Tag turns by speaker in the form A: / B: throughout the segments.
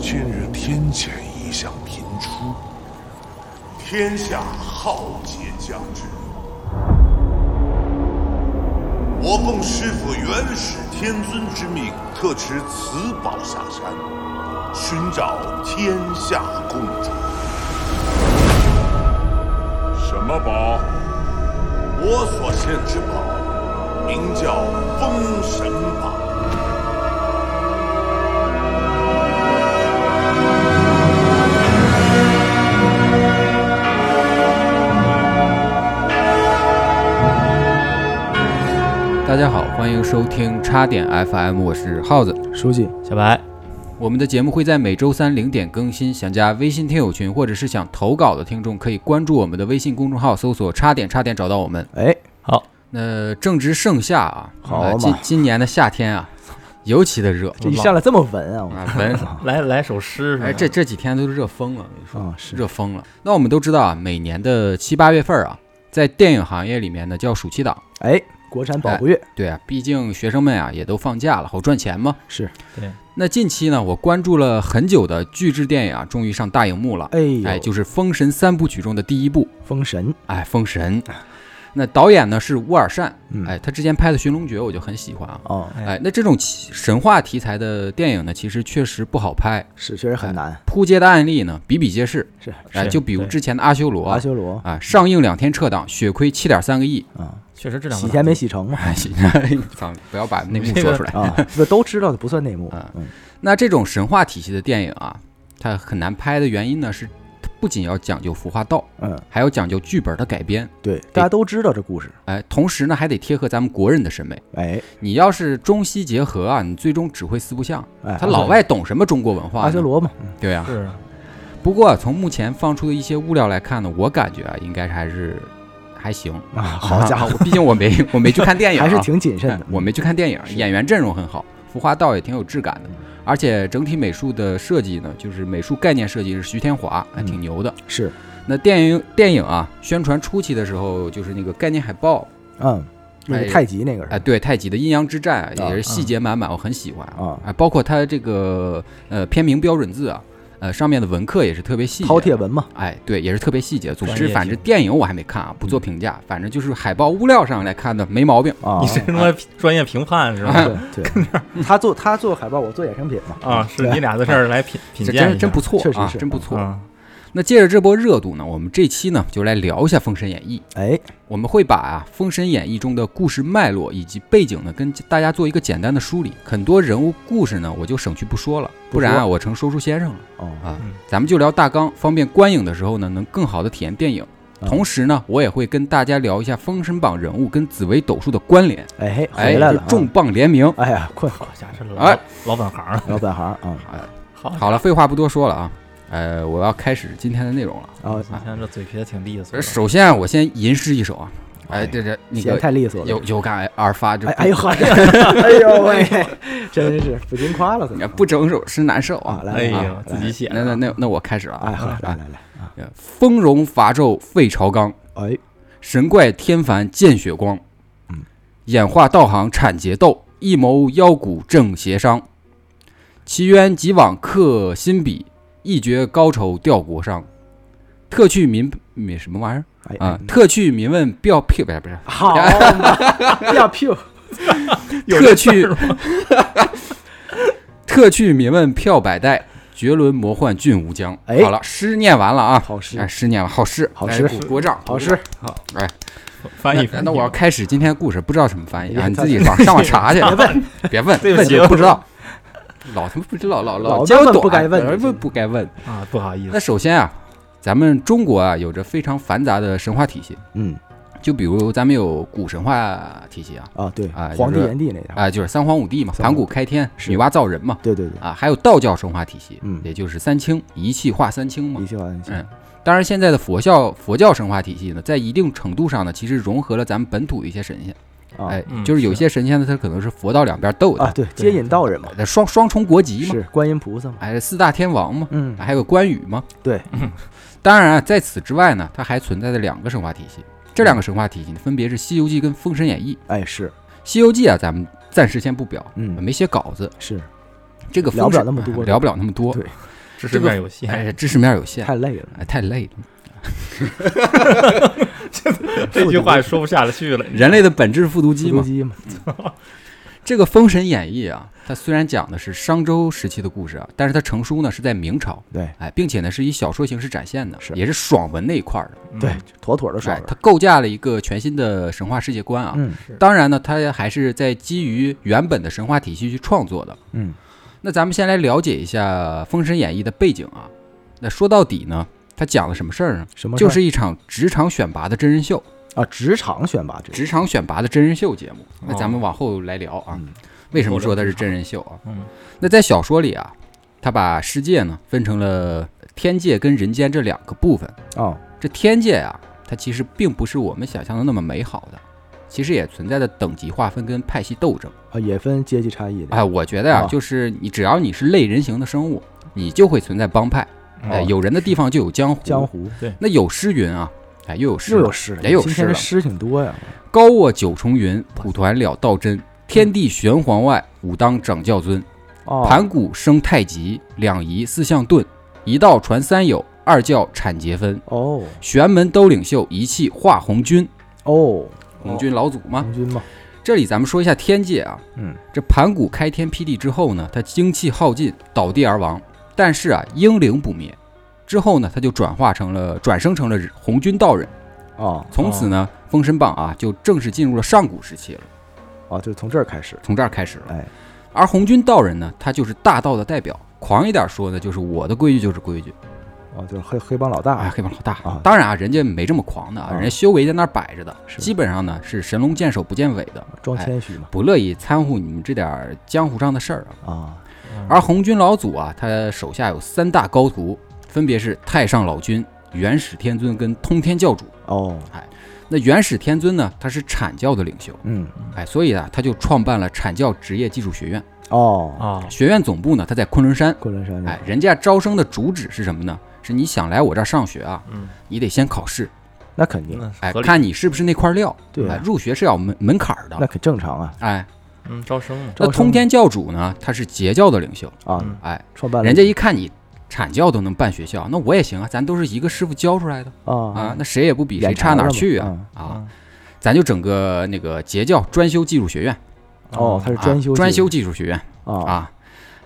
A: 今日天谴一向频出，天下浩劫将至。我奉师傅元始天尊之命，特持此宝下山，寻找天下公主。
B: 什么宝？
A: 我所献之宝，名叫封神榜。
C: 大家好，欢迎收听叉点 FM，我是耗子。
D: 书记，
E: 小白，
C: 我们的节目会在每周三零点更新，想加微信听友群或者是想投稿的听众，可以关注我们的微信公众号，搜索“叉点叉点”找到我们。
D: 哎，
C: 那正值盛夏啊，
D: 好
C: 呃
D: 嘛哎
C: 今今年的夏天啊，尤其的热
D: 这一上来这么文啊，我
C: 啊，闻，
E: 来来首诗 是吧？
C: 哎，这这几天都热疯了，我跟你说，
D: 啊是
C: 热疯了。那我们都知道啊，每年的七八月份啊，在电影行业里面呢叫暑期档。
D: 哎，国产保护月
C: 对啊，毕竟学生们啊也都放假了，好赚钱嘛。
D: 是，
C: 那近期呢，我关注了很久的巨制电影啊，终于上大荧幕了。
D: 哎呦，
C: 哎，就是《封神三部曲》中的第一部，
D: 封神，
C: 哎，《封神》。那导演呢是乌尔善，
D: 嗯
C: 哎，他之前拍的《寻龙诀》我就很喜欢啊。
D: 哦，
E: 哎
C: 哎，那这种奇神话题材的电影呢，其实确实不好拍，
D: 是确实很难，
C: 扑街的案例呢比比皆是。
D: 是
C: 哎，
E: 是
C: 就比如
E: 对
C: 之前的《阿修罗》
D: 阿修罗
C: 啊，上映两天撤档，血亏七点三个亿。
D: 啊，
E: 确实质量
D: 洗钱没洗成嘛
C: 哎， 行哎操不要把内幕说出来。
D: 啊，这都知道的不算内幕
C: 啊，
D: 嗯，
C: 那这种神话体系的电影啊，它很难拍的原因呢是，它不仅要讲究服化道，
D: 嗯，
C: 还要讲究剧本的改编，
D: 对，大家都知道这故事，
C: 哎，同时呢还得贴合咱们国人的审美。
D: 哎
C: 你要是中西结合啊，你最终只会四不像。
D: 哎，
C: 他老外懂什么中国文化？
D: 阿修，罗嘛，嗯
C: 对啊。
E: 是
C: 不过啊、从目前放出的一些物料来看呢，我感觉啊，应该还是还行。
D: 啊，好家
C: 啊
D: 伙，
C: 我毕竟我没我没去看电影、啊，
D: 还是挺谨慎
C: 哎
D: 的，
C: 我没去看电影，演员阵容很好，服化道也挺有质感的，
D: 嗯
C: 而且整体美术的设计呢，就是美术概念设计是徐天华，还
D: 嗯
C: 挺牛的。
D: 是，
C: 那电影电影啊，宣传初期的时候，就是那个概念海报，
D: 嗯，那
C: 哎
D: 个太极那个
C: 哎，
D: 人，
C: 对，太极的《阴阳之战啊》
D: 嗯啊
C: 也是细节满满，我很喜欢
D: 啊
C: 哎包括它这个呃片名标准字啊，呃上面的文刻也是特别细节
D: 饕餮。文嘛，
C: 哎，对，也是特别细节。总
E: 专
C: 之，
E: 业
C: 反
E: 性
C: 正电影我还没看啊，不做
D: 嗯
C: 评价。反正就是海报物料上来看的没毛病。
D: 啊，
E: 你是他妈专业评判是 吧？
D: 对对，他做他做海报，我做衍生品嘛，
E: 啊，是
D: 对
E: 你俩在这儿来品品
C: 这
E: 鉴一
C: 真
E: 下，
C: 真不错
D: 确实
C: 啊，
D: 是
C: 真不错。
E: 啊，
C: 那借着这波热度呢，我们这期呢就来聊一下《封神演义》。
D: 哎，
C: 我们会把啊《封神演义》中的故事脉络以及背景呢，跟大家做一个简单的梳理。很多人物故事呢，我就省去不说了，不
D: 不说
C: 然啊我成说书先生了
D: 哦，
C: 啊
E: 嗯。
C: 咱们就聊大纲，方便观影的时候呢，能更好的体验电影。
D: 嗯
C: 同时呢，我也会跟大家聊一下《封神榜》人物跟紫薇斗数的关联。
D: 哎，嘿
C: 哎，
D: 回来了
C: 就
D: 啊，
C: 是重磅联名。
D: 哎呀，困，
E: 好家伙，这老
C: 哎
E: 老本行了，
D: 老本行啊，
E: 好
C: 好了，废话不多说了啊，呃，我要开始今天的内容了。
D: 然后
E: 今
C: 啊
E: 天这嘴皮子挺利索
C: 呃
E: 的，
C: 首先啊，我先吟诗一首啊，哎，
D: 哎
C: 这这那
D: 嫌
C: 个
D: 太利索了，
C: 有有感而发，这不
D: 哎哎呦， 呵哎呦喂，真是不禁夸了自己
C: 啊不整首诗难受啊。
D: 啊！来，
E: 哎
D: 来
E: 呦，自己写
C: 那那
E: 的，
C: 那那我开始了
D: 哎
C: 啊
D: 呵，来
C: 啊！
D: 来来，
C: 丰容伐纣废朝纲，
D: 哎，
C: 神怪天凡见血光
D: 嗯。
C: 演化道行产节斗，一谋妖骨正邪商。奇冤即往刻心笔，一决高仇吊国殇。特去民民什么玩
D: 哎
C: 意儿啊？特去民问标屁不是不是，
D: 好嘛，要 Q
E: 有
C: 特
E: 这
C: 去
E: 字儿吗
C: 特去民问票百代，绝伦魔幻俊无疆。
D: 哎
C: 好了，诗念完了啊，
D: 好诗
C: 哎，诗念了，好诗，
D: 好
C: 哎
D: 诗
C: 鼓鼓个掌，
D: 好诗，
E: 翻
C: 那
E: 译翻译，
C: 那我要开始今天的故事，不知道什么翻译啊，
D: 哎
C: 你自己 上上网查去，啊
D: 别问，
C: 别问，
E: 对不
C: 问
E: 起
C: 你就不知道。老他妈不知道，老
D: 老
C: 教
D: 问
C: 短，
D: 不该问
C: 老问不该问。
E: 啊，不好意
C: 那
E: 思，
C: 首先啊，咱们中国啊有着非常繁杂的神话体系，
D: 嗯
C: 就比如咱们有古神话体系啊，
D: 啊，对
C: 啊就，是
D: 皇帝炎帝那条，
C: 啊就是三皇五帝嘛，
D: 三
C: 盘
D: 皇
C: 古开天，
D: 是
C: 女娲造人嘛，
D: 对对对，
C: 啊，还有道教神话体系，
D: 嗯
C: 也就是三清，一气化三清嘛
D: 一。气化三清，
C: 嗯当然，现在的佛教佛教神话体系呢，在一定程度上呢，其实融合了咱们本土的一些神仙，
D: 啊
C: 哎，
E: 嗯
C: 就是有
E: 是
C: 些神仙呢，它可能是佛道两边斗的，
D: 啊，对，接引道人嘛，
C: 那双双重国籍嘛，
D: 是观音菩萨嘛，
C: 嗯哎，四大天王嘛，
D: 嗯，
C: 还有关羽嘛。
D: 对，
C: 当然啊，在此之外呢，它还存在着两个神话体系，这两个神话体系呢，分别是《西游记》跟《封神演义》。
D: 哎是
C: 《西游记》啊，咱们暂时先不表，
D: 嗯
C: 没写稿子，
D: 是，
C: 这个
D: 聊
C: 方
D: 不
C: 式
D: 了那么多
C: 哎聊不了那么多，
D: 对
C: 这
E: 知识
C: 个
E: 面有限，
C: 哎，知识面有限，
D: 太累了。
C: 哎，太累了。
E: 这句话也说不下去了。
C: 人类的本质复读机
D: 复读
C: 嘛。
D: 机嘛，
C: 这个《封神演义》啊，它虽然讲的是商周时期的故事啊，但是它成书呢是在明朝，
D: 对
C: 哎，并且呢是以小说形式展现的，
D: 是
C: 也是爽文那一块儿的。
E: 嗯
D: 对，妥妥的爽
C: 哎，
D: 文。
C: 它构架了一个全新的神话世界观啊。
D: 嗯
C: 当然呢，它还是在基于原本的神话体系去创作的。
D: 嗯，
C: 那咱们先来了解一下《封神演义》的背景啊。那说到底呢，它讲了什么事儿呢？
D: 什么事
C: 就
D: 儿
C: 是一场职场选拔的真人秀，
D: 啊，职场选拔这个
C: 职场选拔的真人秀节目。那
E: 哦
C: 咱们往后来聊啊。
D: 嗯
C: 为什么说它是真人秀啊？
E: 嗯
C: 那在小说里啊，他把世界呢分成了天界跟人间这两个部分。
D: 哦，
C: 这天界啊，它其实并不是我们想象的那么美好的，其实也存在着等级划分跟派系斗争。
D: 啊也分阶级差异的。
C: 哎，我觉得呀、
D: 啊
C: 就是你只要你是类人形的生物，你就会存在帮派。哎，
E: 哦
C: 有人的地方就有江湖。
D: 啊江湖
C: 那有诗云啊，哎，又有诗
D: 又
C: 了，
D: 有诗了，
C: 也有
D: 今
C: 诗
D: 天
C: 了
D: 这。诗挺多呀。
C: 高卧九重云，蒲团了道真。天地玄黄外，武当掌教尊。
D: 哦，
C: 盘古生太极，两仪四象遁，一道传三友，二教产结分。
D: 哦
C: 玄门兜领袖，一气化红军。
D: 哦，
C: 红军老祖嘛，
D: 红军嘛，
C: 这里咱们说一下天界啊，
D: 嗯，
C: 这盘古开天辟地之后呢，他精气耗尽，倒地而亡。但是啊，英灵不灭。之后呢，他就转化成了转生成了红军道人。
D: 哦
C: 从此呢，封神榜啊就正式进入了上古时期了，
D: 哦，就从这儿开始。
C: 从这儿开始了。
D: 哎，
C: 而红军道人呢，他就是大道的代表。狂一点说呢，就是我的规矩就是规矩。
D: 哦，就是黑黑帮老
C: 啊，
D: 大，
C: 黑帮老大
D: 啊
C: 当然啊，人家没这么狂的啊，
D: 啊
C: 人家修为在那儿摆着的，
D: 是
C: 基本上呢是神龙见首不见尾的，
D: 装
C: 哎
D: 谦虚嘛。
C: 不乐意掺和你们这点儿江湖上的事儿啊。
D: 啊，
C: 而红军老祖啊，他手下有三大高徒，分别是太上老君、元始天尊跟通天教主。
D: 哦，
C: 那元始天尊呢，他是阐教的领袖，
D: 嗯，
C: 哎，所以啊，他就创办了阐教职业技术学院。
D: 哦，
E: 啊，
C: 学院总部呢，他在昆仑山。
D: 昆仑山
C: 哎，人家招生的主旨是什么呢？是你想来我这儿上学啊，
E: 嗯，
C: 你得先考试，
D: 那肯定，
E: 那
C: 哎
E: 嗯合，理，
C: 看你是不是那块料。
D: 对
C: 哎
D: 啊，
C: 入学是要门门槛儿
D: 那
C: 的。
D: 可正常啊
C: 哎，
E: 嗯，招生嘛，
C: 那
D: 招生
C: 通天教主呢，他是截教的领袖。
D: 啊，
E: 嗯
C: 哎，
D: 创办了
C: 人家一看你阐教都能办学校，那我也行啊，咱都是一个师傅教出来的啊
D: 啊，
C: 那谁也不比谁
D: 眼
C: 差哪
D: 馋
C: 儿
D: 了嘛
C: 去啊
D: 嗯
C: 啊，咱就整个那个截教专修技术学院，
D: 哦，他是
C: 啊
D: 专修
C: 专
D: 技术
C: 修技术学院
D: 啊，
C: 啊，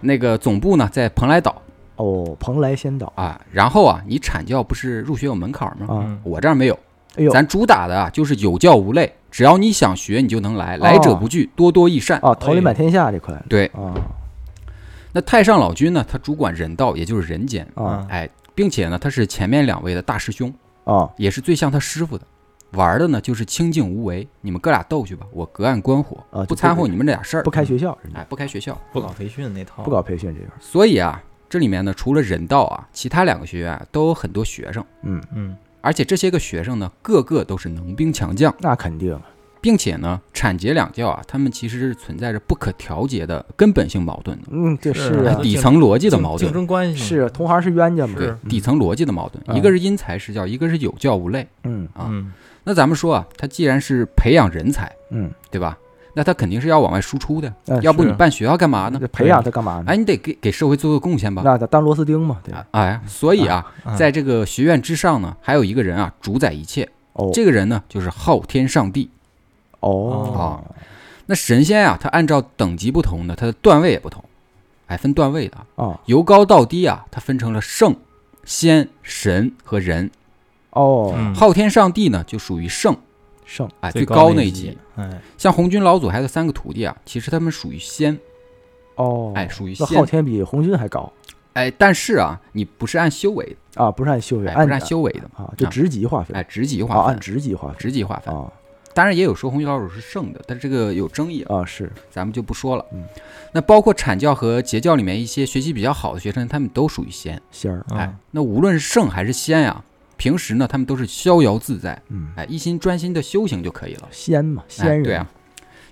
C: 那个总部呢在蓬莱岛
D: 哦，蓬莱仙岛
C: 啊，然后啊，你阐教不是入学有门槛儿吗？
D: 啊，
E: 嗯
C: 我这儿没有，
D: 哎呦，
C: 咱主打的啊就是有教无类，只要你想学你就能来，来
D: 哦
C: 者不拒，多多益善。
D: 啊，桃李满天下这块
C: 对，
D: 啊
C: 那太上老君呢，他主管人道，也就是人间，
D: 啊
C: 哎，并且呢，他是前面两位的大师兄，
D: 啊，
C: 也是最像他师傅的。玩儿的呢就是清静无为，你们哥俩斗去吧，我隔岸观火，
D: 啊
C: 不
D: 就不
C: 掺和你们这俩事儿，
D: 不开学校，人家
C: 哎，不开学校。
E: 不搞培训那套，
D: 不搞培训这块儿，
C: 所以啊，这里面呢，除了人道啊，其他两个学院啊都有很多学生，
D: 嗯，
E: 嗯，
C: 而且这些个学生呢，个个都是能兵强将，
D: 那肯定
C: 并且呢，产截两教啊，他们其实是存在着不可调节的根本性矛盾的，
D: 嗯，这
E: 是
D: 是
E: 啊
C: 哎
D: 啊，
C: 底层逻辑的矛
E: 竞
C: 盾。
E: 争关系嘛
D: 是啊同行是啊冤家嘛，嗯
C: 对
E: 是，
C: 底层逻辑的矛盾，一个是因材施教，一个是有教无类。
D: 嗯
C: 啊
E: 嗯
C: 那咱们说啊，他既然是培养人才，
D: 嗯，
C: 对吧？那他肯定是要往外输出的，
D: 嗯
C: 要不
E: 是
C: 你办学校干嘛呢
D: 这？培养他干嘛呢
C: 哎，？你得给给社会做个贡献吧。
D: 那嗯他当螺丝钉嘛，对吧？
C: 啊哎，所以啊，
E: 啊
C: 在这个学院之上呢，还有一个人啊，主宰一切。
D: 哦
C: 这个人呢，就是昊天上帝。
D: 哦
C: 那神仙啊，他按照等级不同呢，他的段位也不同，哎，分段位的啊，
D: 哦
C: 由高到低啊，它分成了圣、仙、神和人。
D: 哦，
E: 嗯
C: 昊天上帝呢，就属于圣，
D: 圣
C: 哎，最
E: 最
C: 高那
E: 那
C: 一级
E: 级。，哎，
C: 像红军老祖还有三个徒弟啊，其实他们属于仙，
D: 哦，
C: 哎，属于
D: 那昊
C: 仙，
D: 天比红军还高
C: 哎，但是啊，你不是按修为
D: 啊，不是按修为，
C: 的，哎，不是按
D: 着
C: 修为的，
D: 啊，就职级划分
C: 哎，职哦级
D: 啊，
C: 划
D: 按
C: 分，
D: 职级划分
C: 职级划分。
D: 啊
C: 当然也有说红军老祖是圣的，但是这个有争议啊，
D: 啊是
C: 咱们就不说了
D: 嗯。
C: 那包括阐教和截教里面一些学习比较好的学生，他们都属于仙，
D: 仙儿，
E: 啊
C: 哎，那无论是圣还是仙呀、平时呢，他们都是逍遥自在，
D: 嗯，
C: 哎，一心专心的修行就可以了。
D: 仙嘛，仙
C: 哎
D: 人
C: 对啊，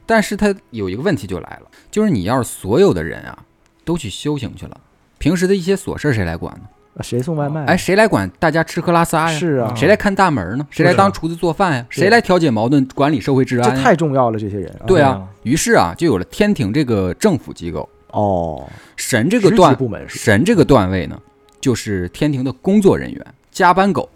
C: 但是他有一个问题就来了，就是你要是所有的人啊都去修行去了，平时的一些琐事儿谁来管呢？
D: 啊谁送外卖啊？
C: 哎，谁来管大家吃喝拉撒呀？
D: 是啊，
C: 谁来看大门呢？谁来当厨子做饭呀？
D: 是啊
C: 谁来调解矛盾、管理社会治
D: 这
C: 安呀？
D: 太重要了，这些人
C: 对
E: 对
C: 啊
E: 啊，
C: 于是啊，就有了天庭这个政府机构，
D: 哦，
C: 神这个
D: 十级
C: 段
D: 部门是
C: 神这个段位呢，就是天庭的工作人员，加班狗。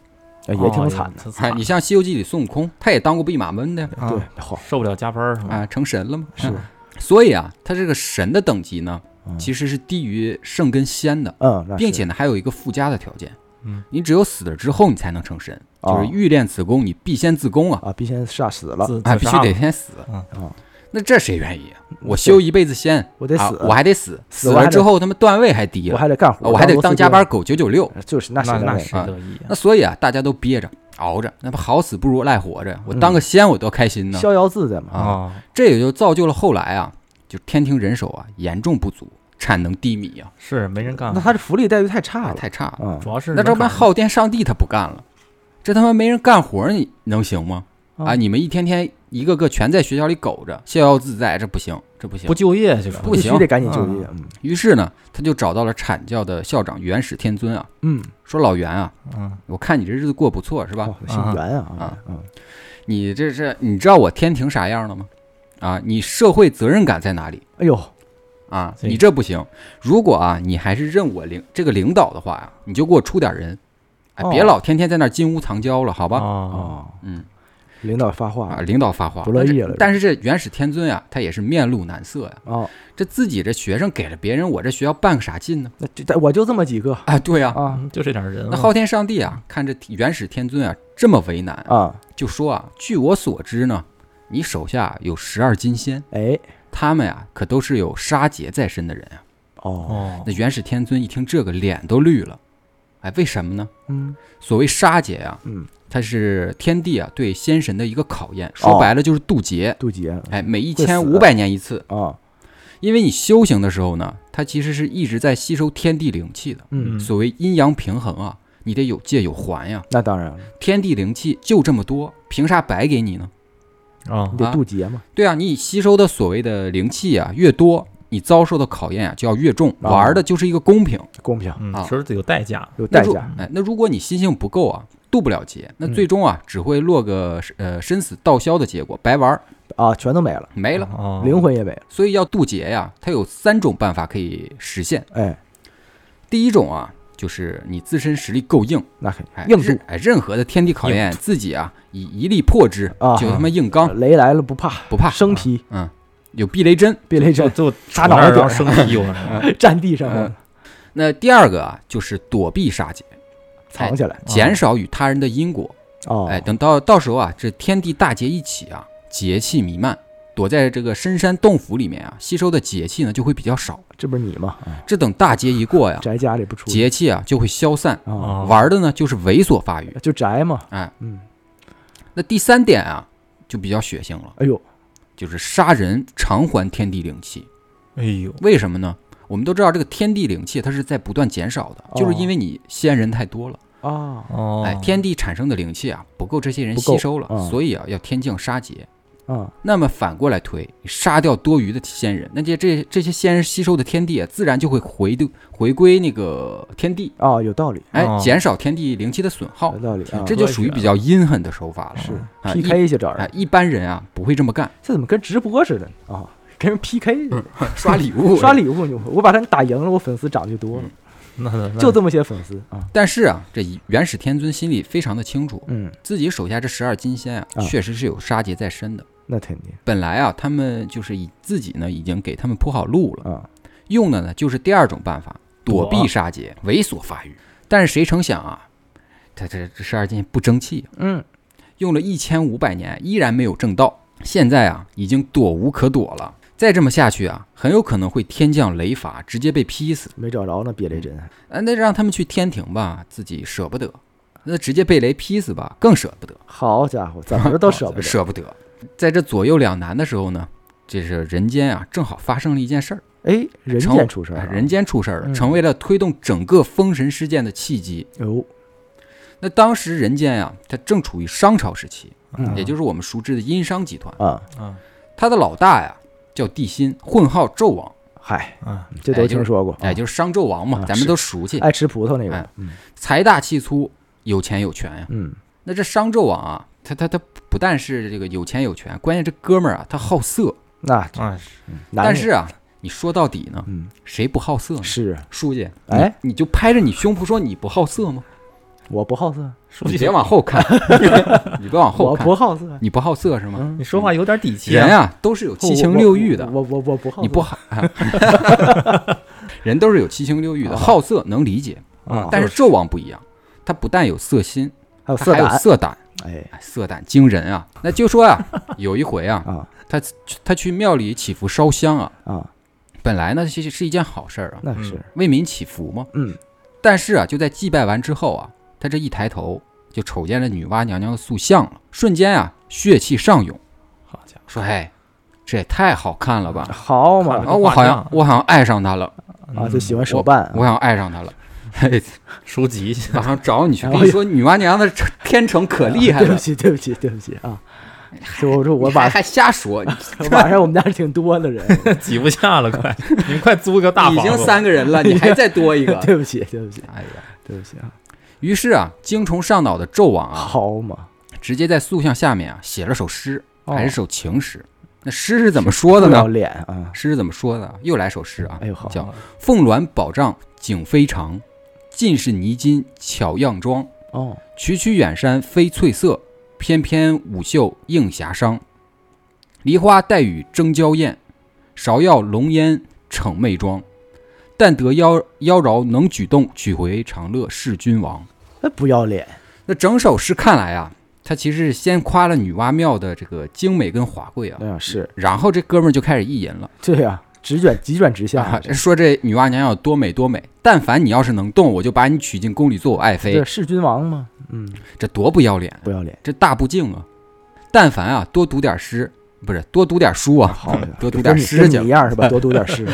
D: 也
E: 哦
D: 挺惨的。
C: 哎，你像《西游记》里孙悟空，他也当过弼马温的呀，
E: 啊
D: 啊对，好
E: 受不了加班儿是吗？
C: 啊，成神了嘛。
D: 是，
C: 所以啊，他这个神的等级呢，
D: 嗯
C: 其实是低于圣跟仙的，
D: 嗯，那是
C: 并且呢，还有一个附加的条件，
E: 嗯，
C: 你只有死了之后你才能成神，
D: 哦
C: 就是欲练此功，你必先自宫啊，
D: 啊，必先煞死了
E: 自
C: 啊，
E: 自
C: 必
E: 杀
C: 须得
E: 了
C: 先死
E: 嗯
D: 嗯。
C: 那这谁愿意啊？我
D: 对
C: 修一辈子仙，
D: 我得
C: 啊
D: 死
C: 我还得死，死
D: 我还
C: 了
D: 得
C: 之后他妈段位还低
D: 我
C: 了，
D: 还得干
C: 啊
D: 活，
C: 我还得
D: 当
C: 当
D: 螺丝
C: 加
D: 钉
C: 班，狗九九六。
D: 呃就是那谁
E: 那
D: 干
E: 那
D: 那
E: 谁乐意啊？
C: 那所以啊，大家都憋着熬着，那不好死不如赖活
D: 嗯
C: 着呀！我当个仙，我多开心呢！
D: 逍遥自在嘛。
C: 啊
E: 啊，
C: 这也就造就了后来啊，就天庭人手啊严重不足，产能低迷啊，
E: 是没人干
D: 那，他这福利待遇太差了，
C: 太差了。
D: 嗯
E: 主要是
C: 那这
E: 门
C: 不
E: 槛
C: 耗电上帝他不干了，这他妈没人干活，你能行吗？啊，你们一天天一个个全在学校里苟着，逍遥自在，这不行，这不行
E: 不。就业这个
C: 不
D: 必
C: 行
D: 须得赶紧就业。嗯
C: 于是呢，他就找到了阐教的校长元始天尊啊，
D: 嗯，
C: 说老元啊，
E: 嗯
C: 我看你这日子过不错是吧？
D: 哦姓袁啊
C: 啊
D: 嗯
C: 你这是你知道我天庭啥样了吗？啊，你社会责任感在哪里
D: 哎呦，
C: 啊？
E: 对
C: 你这不行。如果啊，你还是认我领这个领导的话呀、你就给我出点人，哎，
D: 哦
C: 别老天天在那儿金屋藏娇了，好吧？
E: 啊，
D: 哦，
C: 嗯
D: 领导发话
C: 啊，
D: 了
C: 领导发话
D: 不乐意了
C: 但是这元始天尊啊，他也是面露难色呀、
D: 哦，
C: 这自己这学生给了别人，我这学校办个啥劲呢？
D: 那就但我就这么几个
C: 啊，对呀、
D: 啊
E: 嗯就这点人啊，
C: 那昊天上帝啊，看这元始天尊啊这么为难，
D: 啊，
C: 就说啊，据我所知呢，你手下有十二金仙，
D: 哎
C: 他们呀、可都是有杀劫在身的人啊。
D: 哦，
E: 哦
C: 那，元始天尊一听这个，脸都绿了。哎，为什么呢？
D: 嗯
C: 所谓杀劫啊，
D: 嗯，
C: 它是天地啊对仙神的一个考验，
D: 哦
C: 说白了就是渡劫。
D: 渡劫
C: 哎，每一
D: 会死
C: 千五百年一次，
D: 啊，
C: 因为你修行的时候呢，它其实是一直在吸收天地灵气的。
D: 嗯，
E: 嗯
C: 所谓阴阳平衡啊，你得有借有还呀。
D: 那当然了，
C: 天地灵气就这么多，凭啥白给你呢？
E: 啊
D: 你，得
C: 啊
D: 渡劫嘛，
C: 对啊，你吸收的所谓的灵气啊越多，你遭受的考验啊就要越重，
D: 哦
C: 玩的就是一个公平。
D: 公平
E: 嗯
C: 啊，
E: 其实得有代价，
D: 有代
C: 那如
D: 价，
C: 哎，那如果你心性不够啊，渡不了劫，那
D: 嗯
C: 最终啊、只会落个呃生死道消的结果，白玩儿
D: 啊，全都没了，
C: 没了。
E: 哦，
D: 灵魂也没了，
C: 所以要渡劫呀、它有三种办法可以实现。
D: 哎，
C: 第一种啊，就是你自身实力够硬，
D: 那肯
C: 哎，
D: 定硬
C: 任
D: 渡，
C: 哎任何的天地考验，自己啊以一力破之，
D: 啊
C: 就他妈硬刚，
D: 雷来了不怕，
C: 不怕。
D: 生劈
C: 嗯，有避雷针。
D: 避雷
E: 就
D: 针，
E: 就
D: 砸脑袋
E: 杵那儿然后
D: 顶
E: 生 气，我
D: 站地上
C: 嗯那第二个啊，就是躲避杀劫，
D: 藏起来，
C: 减少与他人的因果。
D: 哦，
C: 哎，等到到时候啊，这天地大劫一起啊，劫气弥漫，躲在这个深山洞府里面啊，吸收的劫气呢就会比较少。
D: 这不是你吗？啊
C: 这等大劫一过呀，
D: 宅家里不出
C: 劫气啊就会消散，
D: 啊，
E: 啊，
C: 玩的呢就是猥琐发育。
D: 就宅嘛，
C: 哦哎，
D: 嗯，
C: 那第三点啊，就比较血腥了，
D: 哎呦，
C: 就是杀人偿还天地灵气。
E: 哎呦，
C: 为什么呢？我们都知道这个天地灵气它是在不断减少
D: 哦
C: 的，就是因为你仙人太多了，
D: 啊，
E: 哦，
C: 哎，天地产生的灵气啊不够这些人
D: 不够
C: 吸收了，
D: 嗯
C: 所以啊要天降杀劫。
D: 啊，
C: 那么反过来推，你杀掉多余的仙人，那这这这些仙人吸收的天地啊，自然就会回的回归那个天地，
D: 哦，有道理，
C: 哎，
E: 哦
C: 减少天地灵气的损耗
D: 有，道理啊，
C: 这就属于比较阴狠的手法了。
D: 是
C: 哦啊
D: PK 去找
C: 哎
D: 人，，
C: 一般人啊不会这么 干，
D: 这怎么跟直播似的呢啊？跟人 PK
C: 嗯刷礼物
D: 刷。礼物，我把他打赢了，我粉丝涨就多
C: 嗯
D: 了，
E: 那那
D: 就这么些粉丝啊，
C: 但是啊，这元始天尊心里非常的清楚，
D: 嗯，
C: 自己手下这十二金仙啊，
D: 啊
C: 确实是有杀劫在身的。
D: 那肯定
C: 本来啊，他们就是以自己呢已经给他们铺好路了，
D: 啊，
C: 用的呢就是第二种办法，躲避
E: 躲
C: 杀劫，猥琐发育。但是谁成想啊，他这这十二金不争气，啊
D: 嗯，
C: 用了一千五百年依然没有正道，现在啊已经躲无可躲了。再这么下去啊，很有可能会天降雷罚，直接被劈死。
D: 没找着呢，别雷针，
C: 啊，那让他们去天庭吧，自己舍不得；那直接被雷劈死吧，更舍不得。
D: 好家伙，怎么都舍不 得，
C: 舍不得。在这左右两难的时候呢，这是人间啊，正好发生了一件事儿，
D: 哎，人
C: 成
D: 间出事儿
C: 哎
D: 了，
C: 人间出事儿了，
D: 嗯
C: 成为了推动整个封神事件的契机。
D: 有，
C: 那当时人间啊，它正处于商朝时期，
D: 嗯
C: 也就是我们熟知的殷商集团，
D: 啊，
E: 啊
C: 它的老大呀叫帝辛，混号纣王，
D: 嗨，
E: 啊，
D: 这都听说过，
C: 哎，就是商纣王嘛，
D: 啊
C: 咱们
D: 是
C: 都熟悉，
D: 爱吃葡萄那个
C: 哎，
D: 嗯
C: 财大气粗，有钱有权呀。
D: 嗯，
C: 那这商纣王啊，他他他不但是这个有钱有权，关键这哥们儿啊，他好色，
D: 那
E: 那
D: 嗯
C: 但
D: 男人
C: 是啊，你说到底呢，
D: 嗯，
C: 谁不好色呢？
D: 是
C: 书记，
D: 哎
C: 你，你就拍着你胸脯说你不好色吗？
D: 我不好色，
E: 书
C: 你
E: 记
C: 别，往后 看，你别往后
D: 我
C: 看
D: 不，好色，
C: 你不好色是吗？
E: 你说话有点底气
C: 人
E: 啊。
C: 呀、都是有七情六欲的，
D: 嗯我我我我不好色，哦
C: 你不好， 人都是有七情六欲的，好色能理解，
D: 啊？
C: 但是纣王不一样，他不但有色心，
D: 还有
C: 他
D: 色
C: 还有
D: 胆，
C: 色胆，
D: 哎
C: 哎色胆惊人啊！那就说啊， 有一回啊，
D: 啊
C: 他去他去庙里祈福烧香啊，
D: 啊，
C: 本来呢是是一件好事儿啊，
D: 那是
C: 为民祈福嘛。
D: 嗯
C: 但是啊，就在祭拜完之后啊，他这一抬头就瞅见了女娲娘娘的塑像了，瞬间啊血气上涌，
E: 好家
C: 说：“哎，这也太好看了吧！”
D: 好嘛
E: 看
C: 啊，我好像我好像爱上她了，
E: 伙，
D: 啊，就喜
E: 欢
D: 欢手办啊，
C: 我好像爱上她了。 嘿，
E: 书籍，
C: 马上找你去，
D: 哎
C: 跟你说女娲娘娘的天成可厉害
D: 对
C: 了
D: 不，起，对不起，对不起啊！就我说 我
C: 你还
D: 晚
C: 还瞎 说，你
D: 晚上我们家挺多的人，，
E: 挤不下了，快，你们快租个大
C: 已
E: 房子。
C: 经三个人了，你还再多一个
D: 对不起，对不起，
C: 哎呀！
D: 对不起啊！
C: 于是啊，精虫上脑的纣王啊，
D: 好嘛，
C: 直接在塑像下面啊写了首诗，
D: 哦
C: 还是首情诗。那诗是怎么说的
D: 不要
C: 呢？
D: 脸啊！
C: 诗是怎么说的？又来首诗啊
D: 哎，呦好，
C: 叫“凤鸾宝帐景非常，尽是泥金巧样妆。
D: 哦，
C: 区区远山非翠色，翩翩舞袖映霞裳。梨花带雨争娇艳，芍药浓烟逞媚妆。但得妖妖娆能举动，取回长乐是君王。”
D: 那不要脸，
C: 那整首诗看来啊，他其实是先夸了女娲庙的这个精美跟华贵啊，
D: 那样哎是
C: 然后这哥们儿就开始意淫了，
D: 对呀，直卷急转直下
C: 啊，说这女娲娘娘有多美多美，但凡你要是能动，我就把你娶进宫里做我爱妃
D: 对，，是君王嘛，嗯，
C: 这多不要脸，
D: 不要脸，
C: 这大不敬啊！但凡啊，多读点诗，不是多读点书啊，
D: 好呀，
C: 多读
D: 就
C: 点
D: 跟你
C: 诗
D: 跟
C: 去
D: 你一样 是吧？多读点诗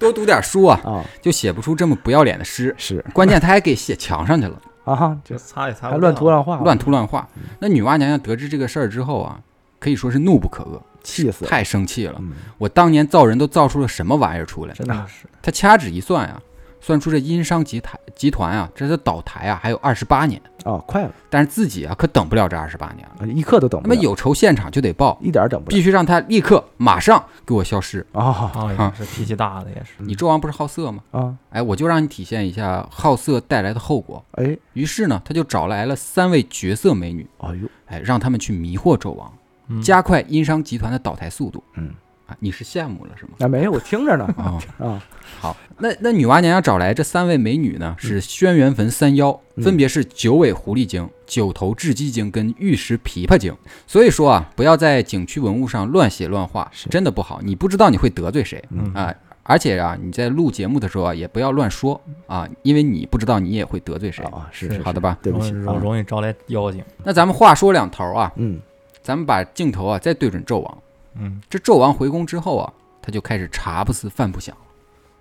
C: 多读点书啊，
D: 啊，
C: 就写不出这么不要脸的诗。
D: 是
C: 关键他还给写墙上去了，
D: 啊哈，
E: 就擦也擦
D: 还
E: 不
D: 乱
E: 掉
D: 涂乱画，
C: 哎啊乱涂乱画。
D: 嗯
C: 那女娲娘娘得知这个事儿之后啊，可以说是怒不可遏，
D: 气死了，
C: 太生气了。
D: 嗯，
C: 我当年造人都造出了什么玩意儿出来？
E: 真的是
C: 他掐指一算呀、算出这殷商集团集团啊，这是倒台啊，还有二十八年，
D: 哦，快了，
C: 但是自己啊可等不了这二十八年了。
D: 一刻都等
C: 那么
D: 不了，
C: 有仇现场就得报，
D: 一点儿等不了
C: 必须让他立刻马上给我消失。
D: 啊
E: 啊，也是脾气大的也是。
C: 你纣王不是好色吗？
D: 啊，
C: 哎，我就让你体现一下好色带来的后果。
D: 哎，
C: 于是呢，他就找来了三位绝色美女，
D: 哎呦，
C: 哎，让他们去迷惑纣王，
E: 嗯
C: 加快殷商集团的倒台速度。
D: 嗯，
C: 啊，你是羡慕了是吗？
D: 那没有，我听 着呢
C: 啊、
D: 啊，
C: 好，那那女娲娘娘找来这三位美女呢，是轩辕坟三妖，
D: 嗯
C: 分别是九尾狐狸精、九头雉鸡精跟玉石琵琶精。所以说啊，不要在景区文物上乱写乱画，
D: 是
C: 真的不好。你不知道你会得罪谁
E: 嗯
C: 啊、而且啊，你在录节目的时候啊，也不要乱说啊，因为你不知道你也会得罪谁。
D: 啊，嗯是
E: 是
D: 是
C: 好的吧？
D: 对不
E: 容易
D: 起啊
E: 容容易招来妖精。
C: 那咱们话说两头啊，
D: 嗯，
C: 咱们把镜头啊再对准纣王。
E: 嗯，
C: 这纣王回宫之后啊，他就开始茶不思饭不想了，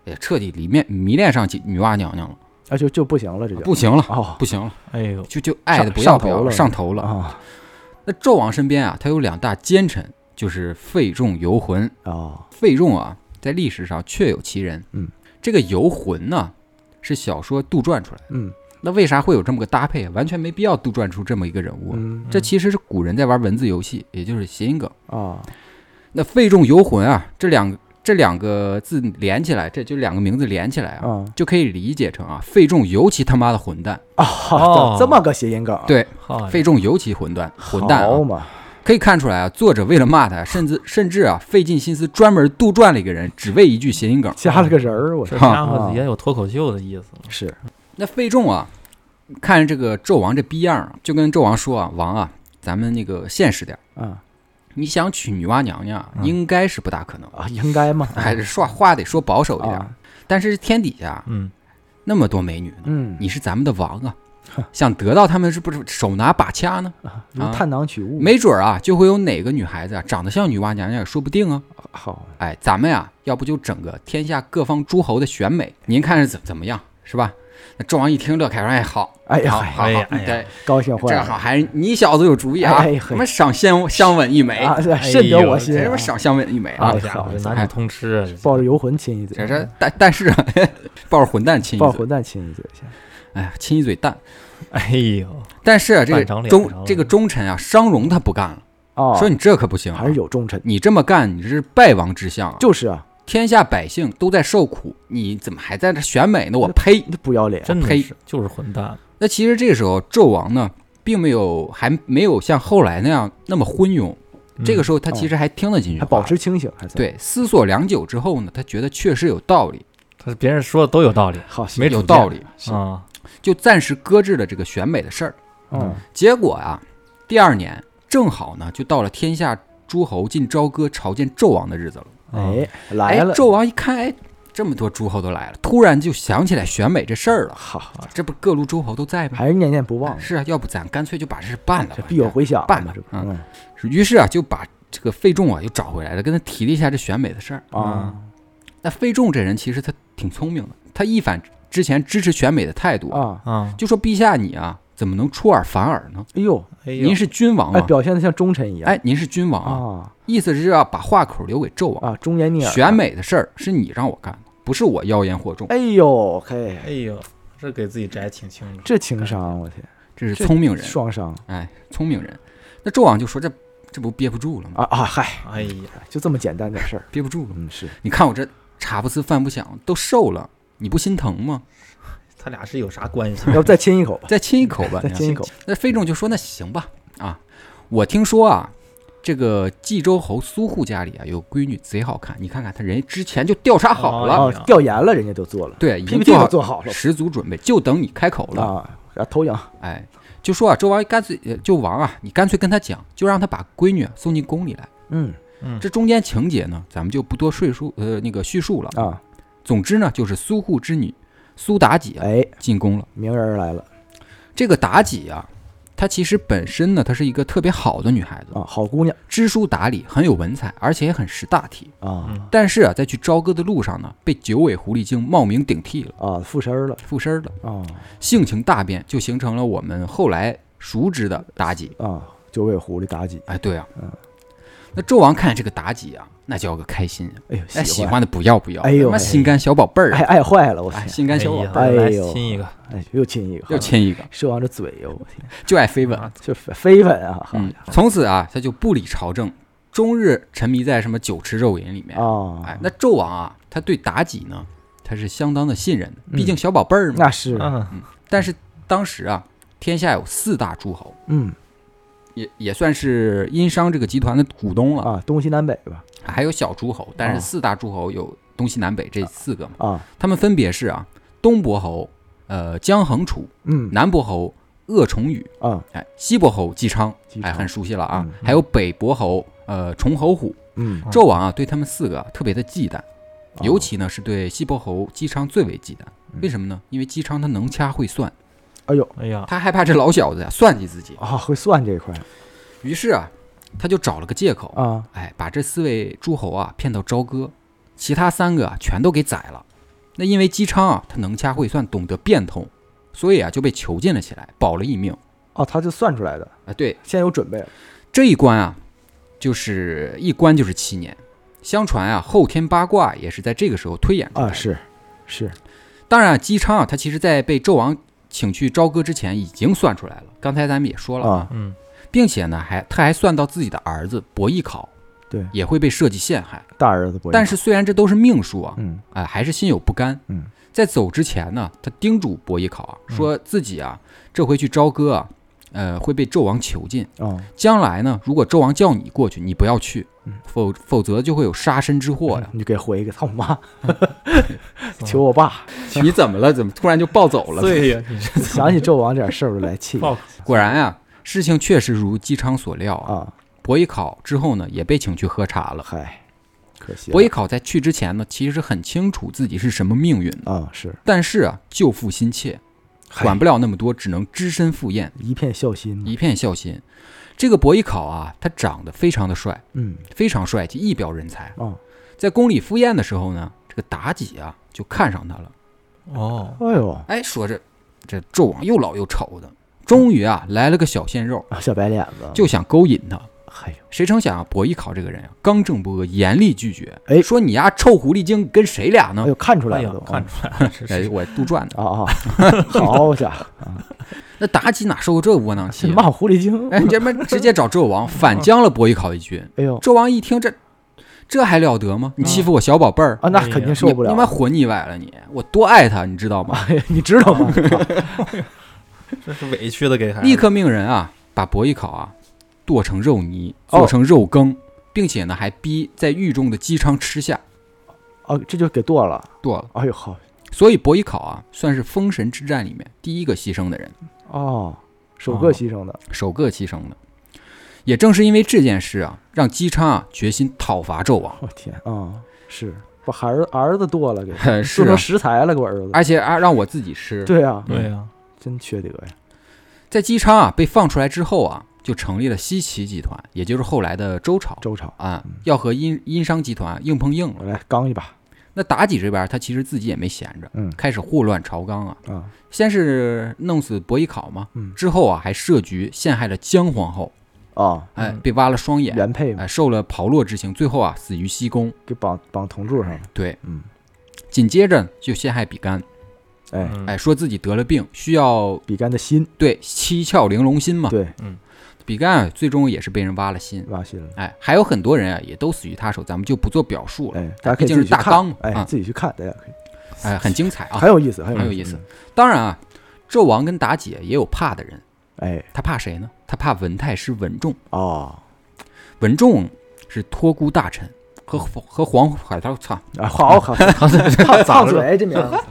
C: 也彻底迷恋迷恋上女娲娘娘了。
D: 啊，就就不行了，这就
C: 不行了，
D: 哦
C: 不行了，
E: 哎呦，
C: 就就爱的
D: 上
C: 不要
D: 上
C: 不要
D: 头了
C: 上头了。
D: 啊
C: 那纣王身边啊，他有两大奸臣，就是费仲、尤浑。
D: 啊，
C: 费仲啊，在历史上确有其人。
D: 嗯，
C: 这个尤浑呢，是小说杜撰出来的。
D: 嗯
C: 那为啥会有这么个搭配？啊完全没必要杜撰出这么一个人物啊。
D: 嗯
C: 这其实是古人在玩文字游戏，也就是谐音梗。
D: 啊，
C: 那费仲、尤浑啊，这两这两个字连起来，这就两个名字连起来啊，
D: 啊
C: 就可以理解成啊，费仲尤其他妈的混蛋，
D: 啊，这么个谐音梗，，
C: 哦对，
E: 好
C: 费仲尤其混蛋，混蛋、啊
D: 好。嘛，
C: 可以看出来啊，作者为了骂他，甚至甚至啊，费尽心思专门杜撰了一个人，只为一句谐音梗。
D: 加了个人儿，我
E: 这
D: 操，
E: 家伙也有脱口秀的意思了。
D: 是
C: 那费仲啊，看着这个纣王这逼样啊，就跟纣王说啊：“王啊，咱们那个现实点儿，
D: 啊
C: 你想娶女娲娘娘啊，应该是不大可能。
D: 啊，应该啊嘛，
C: 还是说话得说保守一点儿。
D: 啊，
C: 但是天底下
E: 嗯，
C: 那么多美女呢，
D: 嗯，
C: 你是咱们的王啊，想得到她们是不是手拿把掐呢？
D: 啊 如探囊取物，
C: 没准儿啊，就会有哪个女孩子啊长得像女娲娘娘，也说不定啊。”
D: 好，
C: 哎，咱们呀，要不就整个天下各方诸侯的选美，您看是怎怎么样，是吧？那纣王一听乐开说：“哎，好，
D: 哎呀
C: 好，好，
D: 嗨
E: 哎
C: 好
E: 呀，哎呀
C: 对，
D: 高兴坏
C: 正
D: 了
C: 好还是你小子有主意啊
D: 哎哎，嘿
C: 什么赏香香吻一枚，
D: 啊，是深得我心
C: 哎这
E: 哎
C: 什
D: 啊
C: 么，赏香吻一枚啊
E: 好
D: 哎？
E: 家
D: 好
E: 伙，
D: 家
E: 这
D: 伙
E: 男女通吃啊，
D: 抱着游魂亲一嘴啊
C: 这，这，但但是抱着混蛋亲一
D: 抱
C: 嘴，
D: 混蛋亲一嘴，先
C: 哎呀，亲一嘴蛋。
E: 哎呦，
C: 但是啊，这
E: 半张
C: 个
E: 脸上
C: 忠
E: 了
C: 这个忠臣啊，商容他不干了，
D: 哦，
C: 说你这可不行啊，
D: 还是有忠臣，
C: 你这么干，你这是败亡之相啊！
D: 就是啊，
C: 天下百姓都在受苦，你怎么还在这选美呢？我呸！
D: 你不要脸，啊
E: 真的
C: 呸
E: 是就是混蛋，
C: 那其实这时候纣王呢，并没有还没有像后来那样那么昏庸，这
E: 嗯
C: 个时候他其实还听得进去话，
D: 还保持清醒，还在
C: 对思索良久之后呢，他觉得确实有道理，
E: 他别人说的都有道理
D: 好行
E: 没
C: 有
E: 主见
C: 道理，
D: 是
E: 啊，
C: 就暂时搁置了这个选美的事儿。
D: 嗯
C: 结果啊，第二年正好呢，就到了天下诸侯进朝歌朝见纣王的日子了。
D: 哎
C: 哎，
D: 来了，
C: 纣王一看，哎，这么多诸侯都来了，突然就想起来选美这事儿了。
D: 好，
C: 这不各路诸侯都在吗？
D: 还是念念不忘，
C: 是啊，要不咱干脆就把这事办了
D: 这
C: 吧。
D: 必有回响，
C: 办吧
D: 这不
C: 嗯
D: 嗯
C: 于是啊，就把这个费仲啊又找回来了，跟他提了一下这选美的事儿。
D: 啊
C: 那费仲这人其实他挺聪明的，他一反之前支持选美的态度，
D: 啊，
E: 啊，
C: 就说陛下你啊怎么能出尔反尔呢？
D: 哎呦，
E: 哎
C: 您
E: 呦，
C: 是君王
D: 哎，
C: 啊，
D: 表现的像忠臣一样，
C: 哎，您是君王啊，
D: 啊
C: 意思是要把话口留给纣王。
D: 啊，忠言逆耳，
C: 选美的事儿是你让我干的，不是我妖言惑众，
D: 哎呦嘿，
E: 哎呦，这给自己摘挺清楚，
D: 这情商，我天，
C: 这是聪明人，
D: 双商
C: 哎，聪明人。那纣王就说这这不憋不住了吗？
D: 啊啊，嗨，
E: 哎呀，
D: 就这么简单点事儿，
C: 憋不住了，
D: 嗯是，
C: 你看我这茶不思饭不想，都瘦了，你不心疼吗？
E: 他俩是有啥关系？
D: 要不再亲一口 吧，
C: 再亲一口吧，
D: 再
C: 你
D: 亲一口，
C: 那费仲就说：“那行吧，啊，我听说啊，这个冀州侯苏护家里啊有闺女贼好看，你看看他人家之前就调查好了，
E: 哎
D: 啊
E: 呀，
D: 调研了人家都做了
C: 对，已经
D: ，PPT
C: 做
D: 都
C: 好
D: 做好了
C: 十足准备，就等你开口了。
D: 啊，然后投影，
C: 哎，就说啊，周王干脆呃就王啊，你干脆跟他讲，就让他把闺女啊送进宫里来。
D: 嗯
C: 这中间情节呢，咱们就不多赘述呃那个叙述了。
D: 啊，
C: 总之呢，就是苏护之女苏妲己啊
D: 哎，
C: 进宫了。
D: 名人儿来了
C: 这个妲己啊，她其实本身呢，她是一个特别好的女孩子。
D: 啊，好姑娘
C: 知书达理，很有文采，而且也很识大体。
D: 啊
E: 嗯
C: 但是啊，在去朝歌的路上呢，被九尾狐狸精冒名顶替了，
D: 啊，附身儿了
C: 附身了，
D: 啊
C: 性情大变，就形成了我们后来熟知的妲己。
D: 啊，九尾狐狸妲己，
C: 哎，对啊，那纣王看这个妲己啊，那叫个开心啊，
D: 哎呦，
C: 哎，喜，欢的不要不要，
D: 哎呦
C: 他妈心肝小宝贝儿
D: 爱
C: 啊，
D: 爱坏了，我
C: 哎，
D: 天，
C: 心肝小宝贝儿，
E: 哎
D: 哎
E: 呀来
D: 呦
E: 亲一个，
D: 哎，又亲一个，
C: 又，亲一个，
D: 狮王这嘴哟，我天，
C: 就爱飞吻。
D: 就飞飞吻啊，好
C: 嗯，从此啊，他就不理朝政，终日沉迷在什么酒池肉林里面。
D: 啊
C: 哎，，那纣王啊，他对妲己呢，他是相当的信任的，毕竟小宝贝儿嘛。
D: 嗯那是，
E: 嗯，
C: 但是当时啊，天下有四大诸侯，
D: 嗯
C: 也也算是殷商这个集团的股东了，
D: 啊，东西南北吧，
C: 还有小诸侯。但
D: 啊
C: 是四大诸侯有东西南北这四个嘛，
D: 啊，
C: 他们分别是啊，东伯侯，呃，姜恒楚；
D: 嗯
C: 南伯侯，鄂崇禹；
D: 啊，
C: 哎，西伯侯姬昌
D: 姬，
C: 哎，
D: 昌
C: 很熟悉了啊。
D: 嗯
C: 还有北伯侯，呃，崇侯虎。
D: 嗯，
E: 嗯
C: 纣王啊，对他们四个啊特别的忌惮，
D: 啊
C: 尤其呢是对西伯侯姬昌最为忌惮。为什么呢？因为姬昌他能掐会算，
D: 哎呦
E: 哎呀，
C: 他害怕这老小子呀算计自己。
D: 啊，会算这一块
C: 于是啊，他就找了个借口，
D: 啊，
C: 哎，把这四位诸侯啊骗到朝歌，其他三个啊全都给宰了。那因为姬昌啊，他能掐会算，懂得变通，所以啊就被囚禁了起来，保了一命。
D: 哦，他就算出来的，
C: 啊，对，
D: 先有准备了，
C: 这一关啊，就是一关就是七年。相传啊，后天八卦也是在这个时候推演出来的。
D: 啊，是是，
C: 当然啊，姬昌啊，他其实在被纣王请去朝歌之前已经算出来了。刚才咱们也说了，
D: 啊，
E: 嗯，
C: 并且呢，还他还算到自己的儿子伯邑考
D: 对，
C: 也会被设计陷害。
D: 大儿子不，
C: 但，是虽然这都是命数啊，
D: 嗯
C: 啊、还是心有不甘。
D: 嗯，
C: 在走之前呢，他叮嘱伯邑考啊，说自己啊这回去朝歌啊，呃会被纣王囚禁，
D: 啊，
C: 将来呢如果纣王叫你过去，你不要去
D: 嗯，
C: 否否则就会有杀身之祸呀。
D: 你就给回一个，操我妈， 求我爸，
C: 你怎么了？怎么突然就暴走了？
E: 对呀，你 这
D: 想起纣王这点事儿我就来气
E: 报
C: 果然啊，事情确实如姬昌所料啊。
D: 啊，
C: 伯邑考之后呢，也被请去喝茶了。
D: 嗨，可惜了
C: 伯邑考在去之前呢，其实很清楚自己是什么命运的，
D: 啊，是
C: 但是啊，救父心切，
D: 嗨
C: 管不了那么多，只能只身赴宴，
D: 一片孝心，
C: 一片孝心。这个伯邑考啊，他长得非常的帅，
D: 嗯
C: 非常帅气，一表人才。
D: 啊，
C: 在宫里赴宴的时候呢，这个妲己啊就看上他了，
E: 哦，
D: 哎呦，
C: 哎，说这这纣王又老又丑的，终于啊来了个小鲜肉，
D: 啊小白脸子，
C: 就想勾引他。
D: 哎呦，
C: 谁成想啊，伯邑考这个人啊，刚正不阿，严厉拒绝。
D: 哎
C: 说你丫臭狐狸精跟谁俩呢
D: 哎？呦，看出来
E: 哎
D: 了
E: 呀
D: 都，，
E: 看
D: 啊
E: 出来了，这
C: 哎，
E: 是
C: 我杜撰的。
D: 啊啊， 好家伙，
C: 那妲己哪受过这窝囊气
D: 这
C: 啊？
D: 骂狐狸精，
C: 哎，这妈直接找纣王反将了伯邑考一军。
D: 哎呦，
C: 纣王一听这，这还了得吗？你欺负我小宝贝儿，
D: 啊，那肯定受不
C: 你
D: 了
C: 你。妈混腻歪了你！我多爱他，你知道吗？
D: 哎呀，你知道吗？
E: 这是委屈的给孩子。
C: 立刻命人啊，把伯邑考啊剁成肉泥，
D: 哦
C: 做成肉羹，并且呢还逼在狱中的姬昌吃下，
D: 啊，这就给剁了。
C: 剁了。
D: 哎呦好
C: 所以伯邑考啊，算是封神之战里面第一个牺牲的人，
D: 哦，首个牺牲的
C: 首个牺牲的。也正是因为这件事啊，让姬昌啊决心讨伐纣 王。
D: 我天啊，是把孩儿儿子剁了给，
C: 是
D: 做
C: 啊
D: 成，食材了给我儿子。
C: 而且啊让我自己吃。
D: 对啊，
E: 对呀、
D: 真缺德呀！
C: 在姬昌啊被放出来之后啊，就成立了西岐集团，也就是后来的周朝
D: 周朝，
C: 啊，要和殷殷商集团硬碰硬了
D: 我。来刚一把
C: 那妲己这边他其实自己也没闲着，
D: 嗯
C: 开始祸乱朝纲啊，
D: 啊！
C: 先是弄死伯邑考嘛，
D: 嗯
C: 之后啊还设局陷害了姜皇后，
D: 啊，
C: 哎、
E: 嗯
C: 被挖了双眼，
D: 原配
C: 哎、
D: 嘛，
C: 受了炮烙之刑，最后啊死于西宫。
D: 给绑绑铜柱上了。
C: 对，
D: 嗯，
C: 紧接着就陷害比干，
D: 哎，
E: 嗯
C: 哎，说自己得了病，需要
D: 比干的心，
C: 对七窍玲珑心嘛。
D: 对，
C: 比干啊最终也是被人挖了心，
D: 挖心了。
C: 哎，还有很多人啊也都死于他手，咱们就不做表述了，
D: 哎，大家可以
C: 毕竟
D: 自己
C: 是
D: 去
C: 大纲
D: 看
C: 嘛，
D: 哎，
C: 啊
D: 自己去看，大家可以，
C: 哎，很精彩啊
D: 很。有意思，很
C: 很有
D: 有
C: 意思
D: 嗯
C: 当然啊，纣王跟妲己也有怕的人，
D: 哎，
C: 他怕谁呢？他怕文太师文仲。
D: 哦，
C: 文仲是托孤大臣，和和黄海涛操，
D: 啊，好 好， 烫烫嘴这名儿，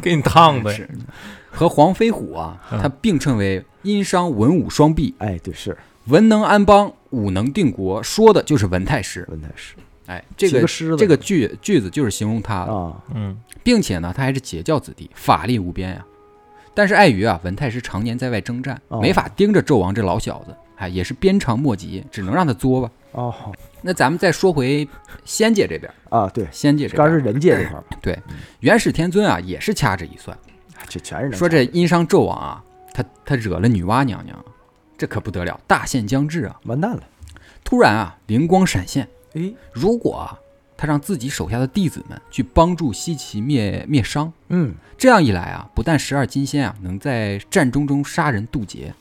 E: 给你烫的，
C: 是和黄飞虎啊，
E: 嗯
C: 他并称为殷商文武双璧，
D: 哎，对，是
C: 文能安邦，武能定国，说的就是文太师。
D: 文太师
C: 哎，这
D: 骑
C: 个
D: 个狮子
C: 这个句句子就是形容他的，
D: 啊，
E: 嗯，
C: 并且呢，他还是截教子弟，法力无边呀、但是碍于啊，文太师常年在外征战，
D: 哦
C: 没法盯着纣王这老小子，哎，也是鞭长莫及，只能让他作吧。
D: 哦
C: 那咱们再说回仙界这边，
D: 啊，对，
C: 仙界这
D: 刚
C: 边
D: 是人界这块儿，
C: 对，元始天尊啊也是掐指一算，
D: 这全是人
C: 说这殷商纣王啊，他他惹了女娲娘娘，这可不得了，大限将至啊！
D: 完蛋了，
C: 突然啊，灵光闪现，
D: 哎，
C: 如果啊，他让自己手下的弟子们去帮助西岐灭灭商，
D: 嗯，
C: 这样一来啊，不但十二金仙啊能在战争中杀人渡劫，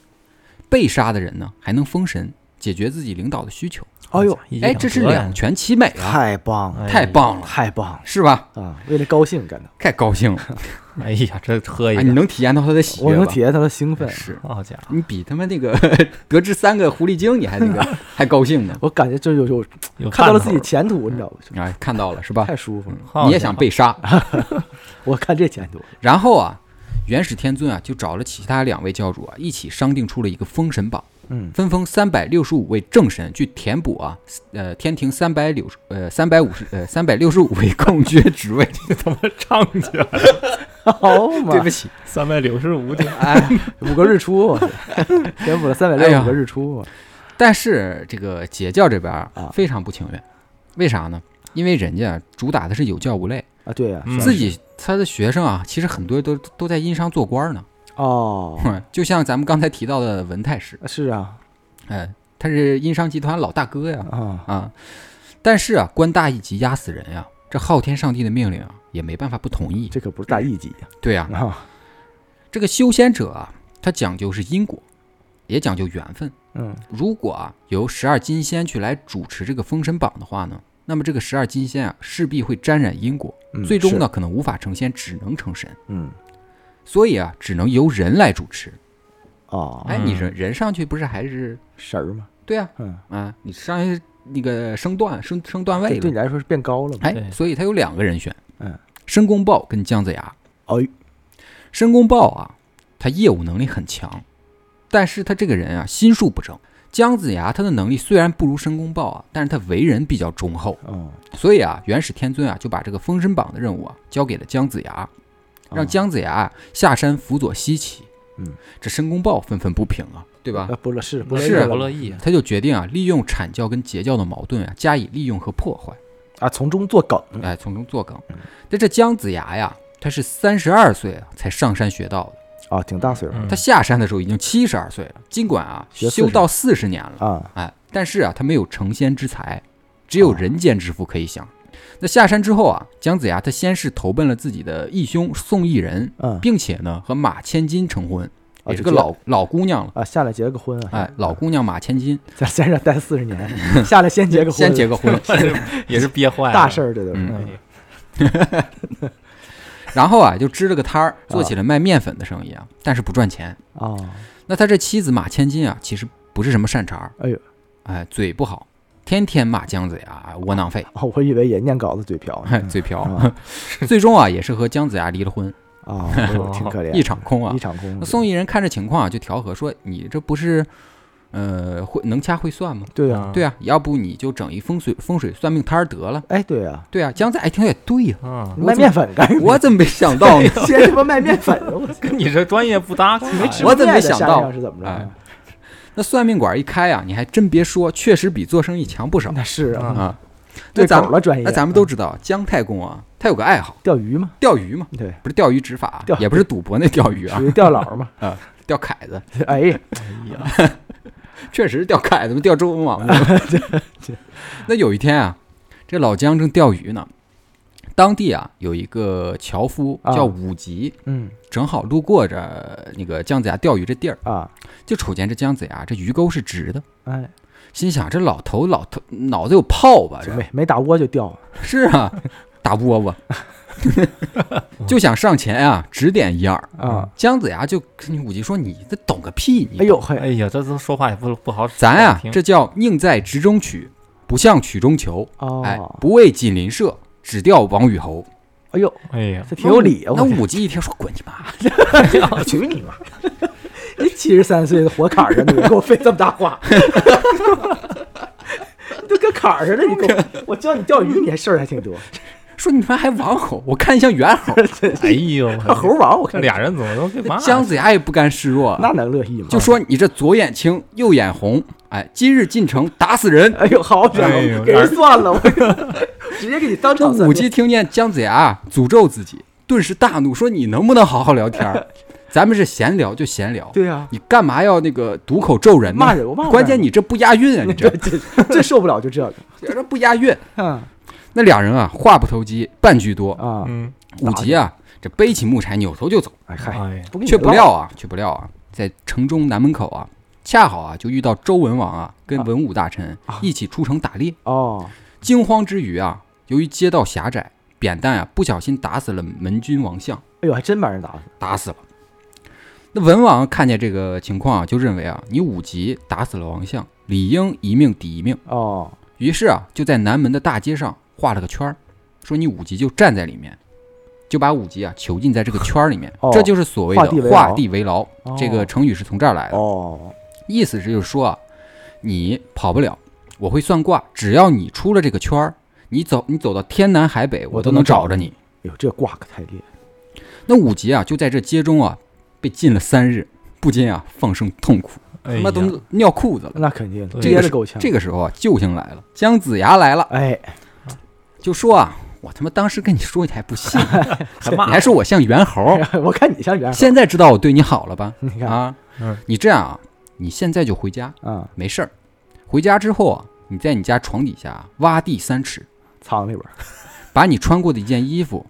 C: 被杀的人呢还能封神，解决自己领导的需求。
D: 哎呦，
E: 一举
C: 哎，这是
E: 得呀
C: 两全其美啊，
D: 太棒了，
C: 太棒了，
D: 太棒了
C: 是吧？
D: 啊！为了高兴干的，
C: 太高兴了，
E: 哎呀，这喝一
C: 哎
E: 个，
C: 你能体验到他的喜悦
D: 我
C: 吧？
D: 能体验他的兴奋，
C: 是。
E: 好家伙，
C: 你比他妈那个 得知三个狐狸精，你还那个 还高兴呢？
D: 我感觉这就有
E: 有
D: 看到了
E: 盼
D: 自
E: 头
D: 己前途，你知道吗？
C: 啊，看到了是吧
D: 太？舒服了，
E: 好
C: 你也
E: 家
C: 想
E: 伙
C: 被杀？
D: 我看这前途，
C: 然后啊，元始天尊啊就找了其他两位教主啊一起商定出了一个封神榜，
D: 嗯，
C: 分封三百六十五位正神去填补啊，呃，天庭三百六十呃三百五十呃三百六十五位空缺职 位。
E: 他妈唱起来，
D: 好嘛
C: 对，不起，
E: 三百六十五天，
D: 哎，哦五个日出，填补了三百
C: 哎
D: 六
C: 呀
D: 五个日出，
C: 但是这个截教这边啊
D: 啊
C: 非常不情愿，为啥呢？因为人家主打的是有教无类，
D: 啊，对呀，
E: 嗯
C: 自己他的学生啊，其实很多都都在殷商做官呢。
D: 哦，
C: 哼就像咱们刚才提到的文太师，
D: 是啊，
C: 哎，他是殷商集团老大哥呀，
D: 啊，
C: 啊，但是啊，官大一级压死人呀，这昊天上帝的命令啊，也没办法不同意。
D: 这可不是大义级呀
C: 对啊，
D: 啊，
C: 这个修仙者啊，他讲究是因果，也讲究缘分。
D: 嗯，
C: 如果啊由十二金仙去来主持这个封神榜的话呢，那么这个十二金仙啊势必会沾染因果，
D: 嗯
C: 最终，呢
D: 是
C: 可能无法成仙，只能成神。
D: 嗯，
C: 所以啊，只能由人来主持。
D: 哦，
C: 哎，你
E: 嗯
C: 人人上去不是还是
D: 神儿嘛，
C: 对啊，
D: 嗯，
C: 啊，你上一那个升段升升段
D: 这
C: 位
D: 对
C: 了，
D: 你来说是变高了嘛？
C: 哎，
E: 对
C: 所以他有两个人选，
D: 嗯，
C: 申公豹跟姜子牙。
D: 哎，
C: 申公豹啊，他业务能力很强，但是他这个人啊心术不正。姜子牙他的能力虽然不如申公豹啊，但是他为人比较忠厚，
D: 哦，
C: 所以啊，元始天尊啊就把这个封神榜的任务啊交给了姜子牙，
D: 哦
C: 让姜子牙啊下山辅佐西岐。
D: 嗯，
C: 这申公豹愤愤不平啊，对吧？
D: 啊，不乐是不
C: 是
D: 乐意
E: 不
D: 了
E: 乐意啊，
C: 他就决定啊，利用阐教跟截教的矛盾啊，加以利用和破坏，
D: 啊，从中作梗，
C: 哎，从中作梗。但这姜子牙呀，他是三十二岁啊才上山学道的，
D: 啊，挺大岁数
E: 嗯
C: 哎 他下山的时候已经七十二岁了，尽管啊
D: 学
C: 修
D: 40
C: 道四十年了，
D: 啊，
C: 哎，但是啊他没有成仙之才，只有人间之福可以享。那下山之后啊，姜子牙他先是投奔了自己的义兄宋义人，
D: 嗯，
C: 并且呢和马千金成婚，
D: 啊
C: 也是个
D: 就结
C: 老老姑娘了。
D: 啊，下来结了个婚啊，
C: 哎，老 姑娘马千金，
D: 在山上待四十年，下来先结个婚，
C: 先结个婚，
E: 也是憋坏了，
D: 大事儿，这都是
C: 嗯。然后啊就支了个摊儿，做起了卖面粉的生意啊，但是不赚钱。
D: 哦，
C: 那他这妻子马千金啊，其实不是什么善茬儿，
D: 哎呦，
C: 哎，嘴不好，天天骂姜子牙哎窝囊废，
D: 哦我以为也念稿子嘴瓢
C: 哎
D: 呢。
C: 嘴瓢，
D: 啊
C: 最终啊也是和姜子牙离了婚，
D: 啊，哎呦挺可怜，
C: 一场空啊
D: 一。场空。
C: 那宋义人看这情况啊，就调和说：“你这不是，呃，会能掐会算吗？
D: 对啊，
C: 对啊，要不你就整一风水风水算命摊儿得了。
D: 哎对啊，
C: 对啊，姜子牙一听也对呀、
E: 啊，
D: 卖面粉干什么？
C: 我怎么没想到 呢？
D: 先他妈卖面粉 了，我操！
E: 跟你这专业不搭，没
C: 吃我怎么没想到
D: 面在山上是怎么
C: 哎
D: 着？啊
C: 那算命馆一开啊，你还真别说，确实比做生意强不少
D: 那是啊，
C: 啊。那
D: 对
C: 咱
D: 狗
C: 们
D: 了专业。
C: 那咱们都知道，姜太公啊，他有个爱好，
D: 钓鱼嘛，
C: 钓鱼嘛，
D: 对，
C: 不是钓鱼执法啊
D: 钓，
C: 也不是赌博那钓鱼啊
D: 属，于钓佬 嘛。
C: 钓凯子，
D: 哎，
C: 确实是钓凯 子嘛，钓周文王嘛。那有一天啊，这老姜正钓鱼呢，当地啊有一个樵夫
D: 啊
C: 叫武吉，
D: 嗯
C: 正好路过这那个姜子牙钓鱼这地儿，
D: 啊，
C: 就瞅见这姜子牙这鱼钩是直的，
D: 哎，
C: 心想这老头老头脑子有泡吧？
D: 就
C: 这
D: 没没打窝就钓，
C: 是 啊，打窝窝，就想上前啊指点一二
D: 啊。
C: 姜子牙就跟武吉说：“你这懂个屁！你
D: 哎呦嘿，
E: 哎呀，这这说话也不不好，
C: 咱
E: 好
C: 啊
E: 听，
C: 这叫宁在直中取，不向曲中求。哎
D: 哦，，
C: 不为锦鳞射，只钓王与侯。嗯
D: 哎呦，
E: 哎呀，
D: 这挺有理啊！
C: 那
D: 我
C: 武吉一听说，滚你妈！
D: 我去你妈！ 你七十三岁的活坎儿上，你给我费这么大话， 你都跟坎儿上了，你给我，我教你钓鱼，你还事儿还挺多。
C: 说你妈还王侯，我看你像猿 猴。
E: 哎 呦，
D: 猴王，我
E: 这
D: 看
E: 俩人怎么都给骂
C: 姜子牙也不甘示弱，
D: 那能乐意吗？
C: 哎就说你这左眼青，右眼红。哎，今日进城打死 人。
D: 哎呦，好家
E: 哎呦
D: 伙，给人算了，我 直接给你当
C: 这
D: 场算
C: 武吉听见姜子牙诅咒自己，顿时大怒，说你能不能好好聊天 儿？咱们是闲聊就闲聊，
D: 对啊呀，
C: 你干嘛要那个堵口咒人呢？
D: 骂人我骂人
C: 关键你这不押韵啊！你这
D: 这 这最受不了就这个，
C: 这不押韵。
D: 嗯
C: 那俩人啊，话不投机半句多。
D: 啊，
E: 嗯，
C: 武吉啊，这背起木柴，扭头就走，
D: 哎嗨，
E: 哎呀，
D: 不跟你
C: 嗯却不
D: 唠
C: 料啊，却不料啊，在城中南门口啊，恰好啊就遇到周文王啊跟文武大臣一起出城打猎。
D: 哦，
C: 惊慌之余啊，由于街道狭窄，扁担啊不小心打死了门军王相，
D: 哎呦，还真把人打死，
C: 打死了。那文王啊看见这个情况啊，就认为啊，你武吉打死了王相，理应一命抵一命。
D: 哦，
C: 于是啊，就在南门的大街上画了个圈儿，说你武吉就站在里面，就把武吉啊囚禁在这个圈儿里面，
D: 哦
C: 这就是所谓
D: 画地
C: 的
D: 为
C: 画
D: 牢
C: 地为牢。
D: 哦
C: 这个成语是从这儿来的，
D: 哦，
C: 意思是就是说啊，你跑不了，我会算卦，只要你出了这个圈儿，你走你走到天南海北，我
D: 我
C: 都
D: 都
C: 能
D: 能
C: 找
D: 找
C: 着你。
D: 哎呦，这卦可太厉害，
C: 那武吉啊，就在这街中啊被禁了三日，不禁啊放声痛哭，他
E: 哎呀
C: 妈都尿裤子了。
D: 那肯定
E: 对
D: 憋
C: 这
D: 着够呛，
C: 这个时候啊，救星来了，姜子牙来了，
D: 哎，
C: 就说啊，我他妈当时跟你说你还不信，
E: 还骂
C: 你还说我像猿猴，
D: 我看你像猿猴，
C: 现在知道我对你好了吧？
D: 你看
C: 哦啊
E: 嗯，
C: 你这样啊，你现在就回家，
D: 啊，
C: 没事儿。回家之后啊，你在你家床底下啊挖地三尺，
D: 藏里边儿，
C: 把你穿过的一件衣服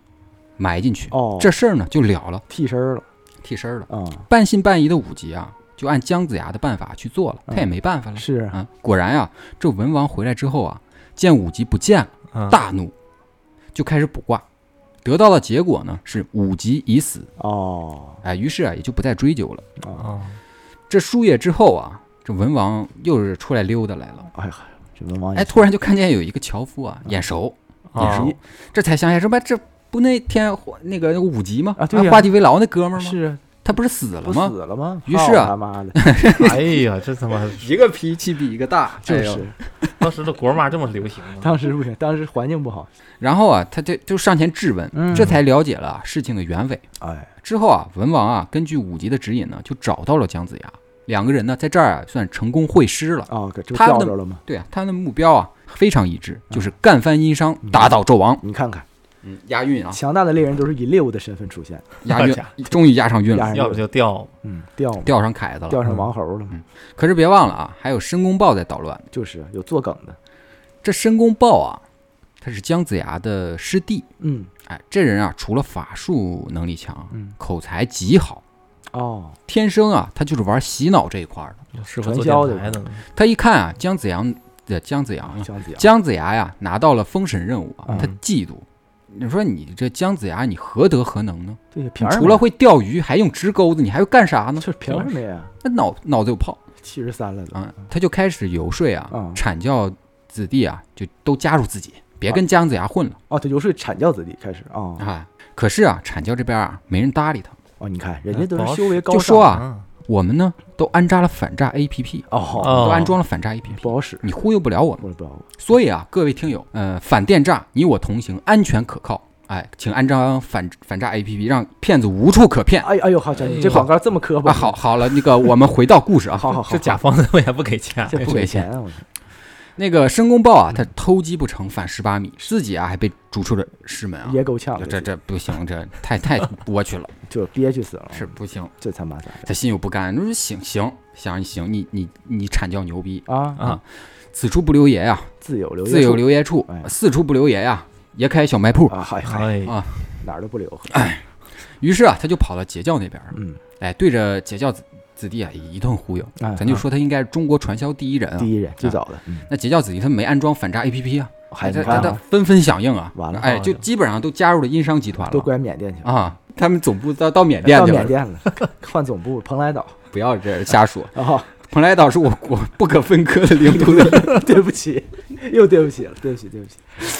C: 埋进去，
D: 哦，
C: 这事儿呢就了了，
D: 替身儿了，
C: 替身儿了。
D: 啊，
C: 半信半疑的武吉啊，就按姜子牙的办法去做了，他也
D: 嗯
C: 没办法了。
D: 是
C: 啊，果然啊，这文王回来之后啊，见武吉不见了，
E: 嗯
C: 大怒，就开始卜卦，得到的结果呢是武吉已死，
D: 哦，
C: 哎，于是啊也就不再追究了。
D: 啊，
E: 啊，
C: 这输液之后啊，这文王又是出来溜达来了，
D: 哎呀，这文王
C: 哎，
D: 也
C: 突然就看见有一个樵夫啊，眼熟，眼
E: 啊
C: 熟，这才想起来，这不这不那天那个武吉吗？
D: 啊对呀
C: 画地为牢那哥们儿吗？
D: 是
C: 他不是死了
D: 不
C: 吗？
D: 死了吗？
C: 于是啊
D: 好他妈的，
E: 哎呀，这他妈
C: 一个脾气比一个大，
D: 就
C: 哎呦
D: 是
E: 当时的国骂这么流行吗？
D: 当时不行，当时环境不好，
C: 然后啊，他就就上前质问，
D: 嗯
C: 这才了解了事情的原委。
D: 哎，
C: 之后啊，文王啊，根据武吉的指引呢，就找到了姜子牙。两个人呢，在这儿啊，算成功会师了。
D: 哦，可这不
C: 他们
D: 钓
C: 的
D: 着了吗？
C: 对啊，他们的目标啊非常一致，就是干翻殷商，打倒纣王。
D: 你看看，
C: 嗯，押韵啊，
D: 强大的猎人都是以猎物的身份出现，
C: 押韵，终于押上韵
D: 压
C: 了，
D: 人
E: 要不就掉
D: 嗯，钓嘛
C: 钓上凯子
D: 钓
C: 了。
D: 上王猴了嘛，
C: 可是别忘了啊，还有申公豹在捣乱。
D: 就是有做梗的，
C: 这申公豹啊，他是姜子牙的师弟。
D: 嗯
C: 哎，这人啊，除了法术能力强，
D: 嗯
C: 口才极好，
D: 哦，
C: 天生啊，他就是玩洗脑这一块儿的。
E: 适合做
D: 传销
E: 电台
D: 这
E: 的呢。
C: 他一看啊，姜子牙的姜子牙啊，
D: 姜子牙，
C: 姜子牙呀拿到了封神任务啊，
E: 嗯
C: 他嫉妒。你说你这姜子牙，你何德何能呢？
D: 对，
C: 你
D: 凭什么
C: 除了会钓鱼，还用直钩子，你还会干啥呢？
D: 就是凭什么呀？
C: 那脑脑子有泡
D: 七十三了都
C: 啊，他就开始游说啊
D: 嗯，
C: 阐教子弟啊，就都加入自己，别跟姜子牙混了
D: 哦，他游说阐教子弟开始啊
C: 啊。可是啊，阐教这边啊，没人搭理他。
D: 哦，你看人家都
E: 不
D: 是
E: 好
D: 修为高
C: 哎就
D: 尚，
C: 说啊，
E: 啊，
C: 我们呢都安扎了反诈 APP，
D: 哦，
C: 都安装了反诈 APP，
D: 不好使，
C: 你忽悠不了我们。
D: 不不好，
C: 所以啊，各位听友，呃，反电诈，你我同行，安全可靠。哎，请安装反反诈 APP，让骗子无处可骗。
D: 哎哎呦，好家伙，你这
E: 哎呦
D: 广告这么磕巴
C: 啊，好，好了，那个我们回到故事啊，
D: 好好好，
E: 这甲方的为啥不给钱？哎
D: 这不
C: 哎不给
D: 给
C: 钱
D: 钱啊，我操
C: 那个申公豹啊，他偷鸡不成反蚀把米，自己啊还被逐出了师门啊，
D: 也够呛
C: 这
D: 了，
C: 这这不行，这太太剥去 了，
D: 就憋屈死了，
C: 是不行，
D: 这他妈咋整
C: 他心有不甘，说行行想行，你你你阐教牛逼，
D: 啊？
E: 啊，
C: 此处不留爷呀、
D: 自有留，
C: 自有留爷处
D: 哎，
C: 四处不留爷呀、爷开小卖铺。
D: 啊，嗨嗨，
E: 哎，
C: 啊
D: 哪儿都不留，
C: 哎于是啊，他就跑到截教那边儿，
D: 嗯，
C: 哎，对着截教子子弟啊一顿忽悠，
D: 哎
C: 咱就说他应该是中国传销第一人啊
D: 第。一人最早的，嗯
C: 那截教子弟他没安装反诈 APP 啊，
D: 还
C: 他
D: 你
C: 他
D: 看
C: 他
D: 啊
C: 纷纷响应啊，
D: 完了
C: 哎，就基本上都加入了殷商集团
D: 都
C: 了
D: 拐缅甸去了，
C: 啊。他们总部到到缅甸
D: 到
C: 去
D: 缅
C: 了，
D: 甸了， 换总部蓬莱岛
C: 不要这瞎说。
D: 啊。
C: 蓬莱岛是我国不可分割的领土的，
D: 对不起， 又对不起了，对不起，对不起，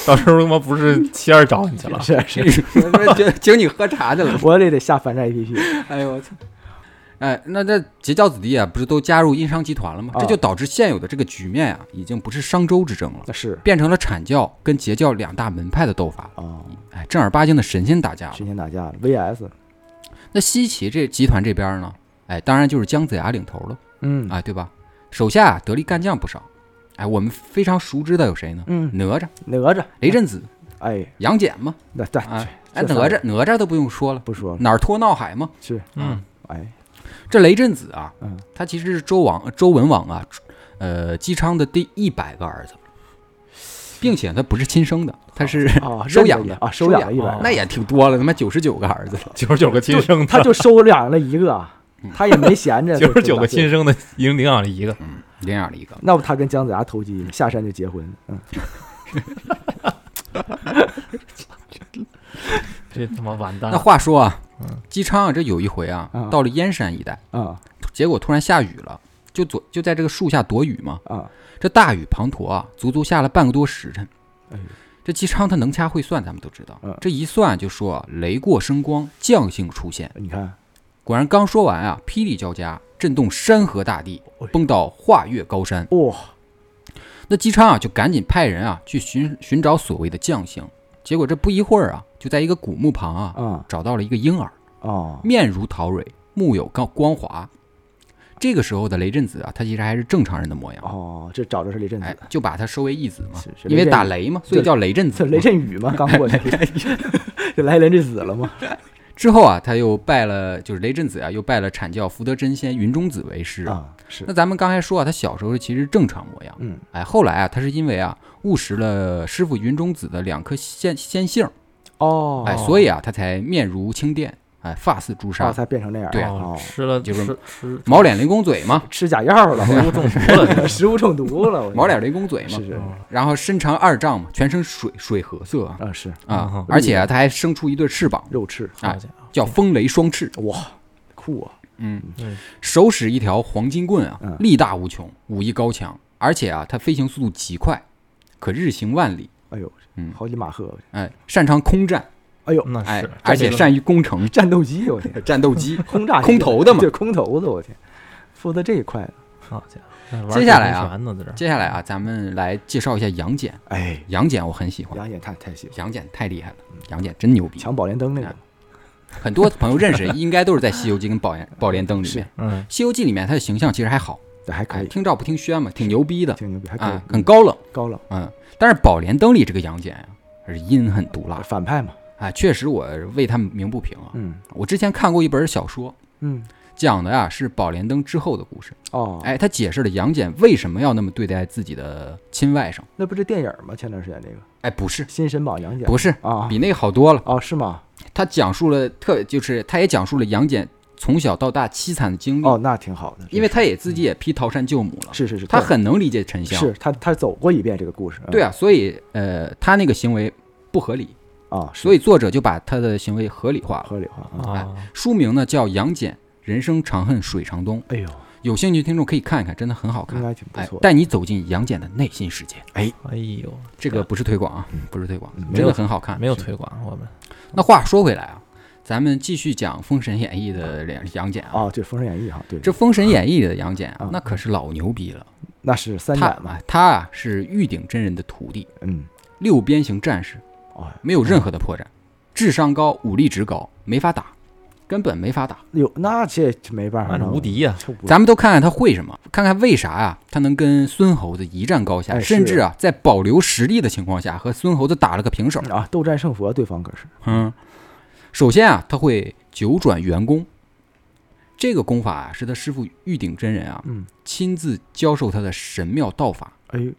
E: 到时候他妈不是七二找你 去了？
D: 是是，
C: 请请你喝茶去了。
D: 我也得下反诈 APP
C: 哎呦我操！哎，那这截教子弟啊，不是都加入殷商集团了吗？
D: 啊
C: 这就导致现有的这个局面啊，已经不是商周之争了，
D: 那是
C: 变成了阐教跟截教两大门派的斗法了。
D: 啊，
C: 哎，正儿八经的神仙打架了
D: 神。仙打架了，VS，
C: 那西岐这集团这边呢，哎，当然就是姜子牙领头了，
D: 嗯
C: 哎，对吧？手下啊得力干将不少。哎，我们非常熟知的有谁呢？
D: 嗯，
C: 哪吒、
D: 哪吒，
C: 雷震子、
D: 哎，
C: 杨戬嘛。
D: 那对，
C: 啊，
D: 这
C: 哎，哪
D: 仨人嗯
C: 吒嗯哪吒都不用说了，
D: 不说了，
C: 哪儿拖闹海嘛。
D: 是，
E: 嗯，
D: 哎，
C: 这雷震子啊，
D: 嗯
C: 他其实是周王周文王啊，呃，姬昌的第一百个儿子，并且他不是亲生的，他是、
D: 啊，
C: 收养的
D: 的啊，收养了一
E: 收养
D: 百
E: 哦
C: 那
D: 个，嗯
C: 也挺多了，他妈九十九个儿子了。
E: 九十九个亲生
D: 他
E: 的，
D: 就收养了一个啊，
C: 嗯
D: 他也没闲 着，
E: 九十九个亲
D: 生。
E: 生的，一人领养了一个。
C: 嗯，领养了一个。
D: 那不他跟姜子牙投机吗？下山就结婚，嗯，
E: 这他妈完蛋
C: 那
E: 了！
C: 话说啊，姬昌啊，这有一回啊
D: 嗯，
C: 到了燕山一带，
D: 啊
C: 结果突然下雨了，就躲就在这个树下躲雨嘛。
D: 啊，
C: 这大雨滂沱啊，足足下了半个多时辰
D: 哎呦。
C: 这姬昌他能掐会算，咱们都知道
D: 嗯。
C: 这一算就说啊雷过生光，将性出现。
D: 你看，
C: 果然刚说完啊，霹雳交加，震动山河大
D: 哎
C: 地，崩到化岳高山。
D: 哇，
C: 那姬昌啊，就赶紧派人啊去寻寻找所谓的将星。结果这不一会儿啊，就在一个古墓旁啊，
D: 啊
C: 找到了一个婴儿，
D: 哦，
C: 面如桃蕊，目有光光华。这个时候的雷震子啊，他其实还是正常人的模样，
D: 哦，这找着是雷震
C: 哎
D: 子，，
C: 就把他收为义子嘛
D: 是，是
C: 因为
D: 雷震
C: 打雷嘛，所以
D: 对
C: 叫雷震子
D: 这
C: 嘛。
D: 雷震宇嘛，刚 过去，这来人这死了吗？
C: 之后啊，他又拜了，就是雷震子啊，又拜了阐教福德真仙云中子为师。
D: 啊，是
C: 那，咱们刚才说啊，他小时候其实正常模样，
D: 嗯，
C: 哎，后来啊，他是因为啊误食了师傅云中子的两颗仙仙杏儿，
D: 哦，
C: 哎，所以啊，他才面如青靛，哎，发似朱砂
D: 哦，才变成那样，
C: 对啊
D: 哦
E: 哦，吃了
C: 就
E: 吃
C: 是
E: 吃
C: 毛脸雷公嘴嘛，
D: 吃假 药了，
E: 食物中毒了，
D: 食物中毒了，我
C: 毛脸雷公嘴嘛嗯
D: 是，是
C: 然后身长二丈嘛，全身水水褐色啊
D: 啊是
C: 啊
E: 嗯，
C: 而且啊，他还生出一对翅膀，
D: 肉翅，
E: 好家伙，
C: 叫风雷双翅，
D: 哇，酷啊，
C: 手使一条黄金棍啊
D: 嗯，
C: 力大无穷，武艺高强，而且啊，他飞行速度极快，可日行万里，
D: 哎呦
C: 嗯，
D: 好几马赫，
C: 哎，擅长空 战，
D: 哎呦，
E: 那
C: 哎
E: 是，，
C: 而且善于攻城、
D: 战斗机，我 天，
C: 战斗机。
D: 轰炸机
C: 空投的嘛
D: 对，空投的，我天，负责这一块的，
E: 好家伙，
C: 接下来啊
E: 玩儿太空拳呢，在这
C: 接下来啊，咱们来介绍一下杨戬。
D: 哎，
C: 杨戬我很喜欢，
D: 杨眼太太喜欢，
C: 杨戬太厉害了，杨戬真牛逼。
D: 抢宝莲灯那
C: 哎
D: 个，
C: 很多朋友认识，应该都是在《西游记》跟《宝莲宝莲灯》里 面，《
E: 嗯，
C: 西游记》里面他的形象其实还好，
D: 对还可
C: 哎，
D: 以，
C: 听赵不听宣嘛，挺牛逼的
D: 挺牛逼，还可
C: 啊，
D: 以，
C: 很高冷，
D: 高冷，
C: 嗯。但是《宝莲灯》里这个杨戬呀，是阴狠毒辣，
D: 反派嘛，
C: 哎，确实我为他鸣不平啊。
D: 嗯
C: 我之前看过一本小说，
D: 嗯，
C: 讲的呀是《宝莲灯》之后的故事，
D: 哦，
C: 哎，他解释了杨戬为什么要那么对待自己的亲外甥，
D: 那不是电影吗？前段时间那个
C: 哎，不是，
D: 《新神榜》杨戬
C: 不是，
D: 啊
C: 比那个好多了。
D: 哦是吗？
C: 他讲述了特，就是他也讲述了杨戬从小到大凄惨的经历，
D: 哦，那挺好的，
C: 嗯因为他也自己也批桃山救母了，
D: 是是是，
C: 他很能理解沉香，
D: 是他他走过一遍这个故事，嗯
C: 对啊，所以呃，他那个行为不合理，
D: 啊，
C: 所
D: 以
C: 以嗯作者就把他的行为合理化了。
D: 合理化啊，
E: 啊，
C: 书名呢叫《杨戬：人生长恨水长东》，
D: 哎呦，
C: 有兴趣听众可以看一看，真的很好
D: 应
C: 看。
D: 该挺不
C: 哎
D: 错，，
C: 带你走进杨戬的内心世界。
E: 嗯哎呦，
C: 这个不是推广啊，不是推广，
E: 没
C: 真
E: 有
C: 的很好看。
E: 没有推广我们
C: 那话说回来啊，咱们继续讲《封神演义》的两杨戬啊。
D: 哦，这《封神演义》哈，对，
C: 这《封神演义》的杨戬啊
E: 嗯
D: 啊，
C: 那可是老牛逼了。
D: 那是三
C: 他
D: 斩嘛，
C: 啊，他啊是玉鼎真人的徒弟，
D: 嗯，
C: 六边形战士，
D: 哦，
C: 没有任何的破绽，智商高，武力值高，没法打，根本没法打。
D: 有那这没
C: 啊
D: 办法
E: 那是
D: 了，
E: 无敌啊呀，
D: 这无，
C: 咱们都看看他会什么，看看为啥啊，他能跟孙猴子一战高下，
D: 哎是
C: 甚至啊，在保留实力的情况下，和孙猴子打了个平手。
D: 啊，斗战胜佛，对方可是
C: 嗯，首先啊，他会九转圆功，这个功法啊，是他师傅玉鼎真人啊，
D: 嗯
C: 亲自教授他的神妙道法。
D: 哎呦，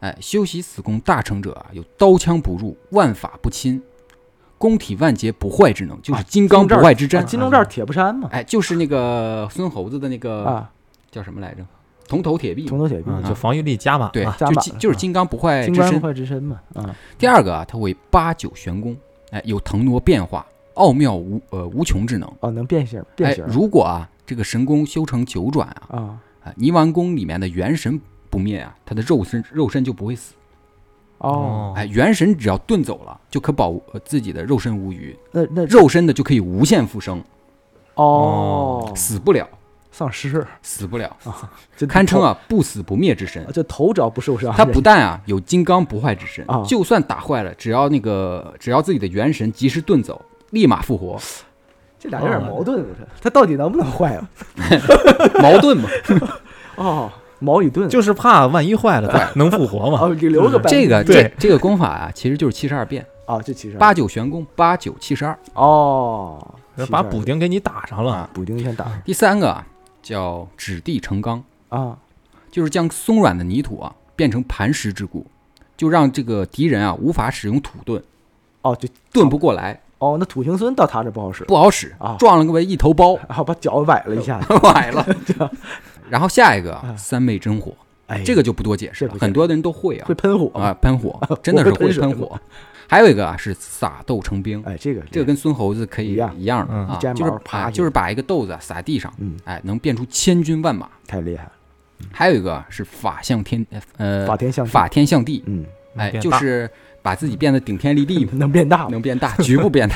C: 哎，修习此功大成者啊，有刀枪不入、万法不侵、攻体万劫不坏之能，就是
D: 啊
C: 金刚不坏之
D: 啊
C: 身。
D: 金钟罩铁布衫嘛，
C: 哎，就是那个孙猴子的那个、
D: 啊，
C: 叫什么来着？铜头铁臂。
D: 铜头铁臂，
E: 啊，就防御力加满
C: 嗯对，
E: 啊，
D: 加
C: 就
D: 满
C: 金
D: 了
C: 就是
D: 啊
C: 金刚不坏
D: 金
C: 之
D: 冠
C: 哎身。
D: 快之身嘛，啊，
C: 第二个啊，他会八九玄功，哎，有腾挪变化、奥妙无呃无穷之能。
D: 哦，能变形，变
C: 哎
D: 形，，
C: 如果啊这个神功修成九转啊，
D: 啊，
C: 啊泥丸功里面的元神不灭啊，他的肉身肉身就不会死。
D: 哦，
C: 哎，元神只要遁走了，就可保、呃、自己的肉身无虞，
D: 那那
C: 肉身的就可以无限复生，
D: 哦，
C: 死不了，
D: 丧尸，
C: 死不了，
D: 这
C: 堪称
D: 头
C: 啊不死不灭之身
D: 啊，。这头只要不受伤，
C: 他不但啊有金刚不坏之身
D: 啊，
C: 就算打坏了，只要那个只要自己的元神及时遁走，立马复活，
D: 这俩有点
C: 哦
D: 矛盾了，这他到底能不能坏啊？
C: 矛盾 嘛。
D: 哦，矛与盾，
E: 就是怕万一坏了能复 活嘛。
D: 哦，你留个百
C: 嗯
D: 分
C: 这个
D: 之
C: 这
E: 对
C: 这个功法啊，其实就是七十二变，
D: 啊，这其实
C: 八九玄功，八九七十二。
D: 哦，
E: 把
D: 七十二
E: 补丁给你打上了，
C: 啊
D: 补丁先打
C: 第三个啊，叫指地成钢，
D: 啊，
C: 就是将松软的泥土啊变成磐石之骨，就让这个敌人啊无法使用土遁，
D: 哦，就
C: 遁不过来，
D: 哦，那土行孙到他这不好使，
C: 不好使
D: 啊，
C: 撞了个为一头包，
D: 然后把脚崴了一下，
C: 崴 了。然后下一个啊
D: 啊
C: 三昧真火，
D: 哎，
C: 这个就不多解释
D: 这
C: 了，
D: 不解释
C: 很多人都会啊
D: 会，喷火
C: 啊，喷火真的是会喷
D: 哦我会喷水
C: 火。还有一个啊是撒豆成兵，
D: 哎，这个
C: 这个跟孙猴子可以
D: 一样
C: 一样的
E: 嗯
C: 啊
D: 一摘，毛
C: 就是
D: 啪
C: 啊
D: 一下
C: 就是把一个豆子啊撒地上，
D: 嗯
C: 哎，能变出千军万马。
D: 太厉害了，
C: 还有一个啊是法向天，呃，
D: 法天象
C: 法天象地，
D: 嗯，
E: 能
C: 哎，
E: 变
C: 就
E: 大
C: 是把自己变得顶天立地嘛，
D: 能变大吗，
C: 能变大，局部变 大。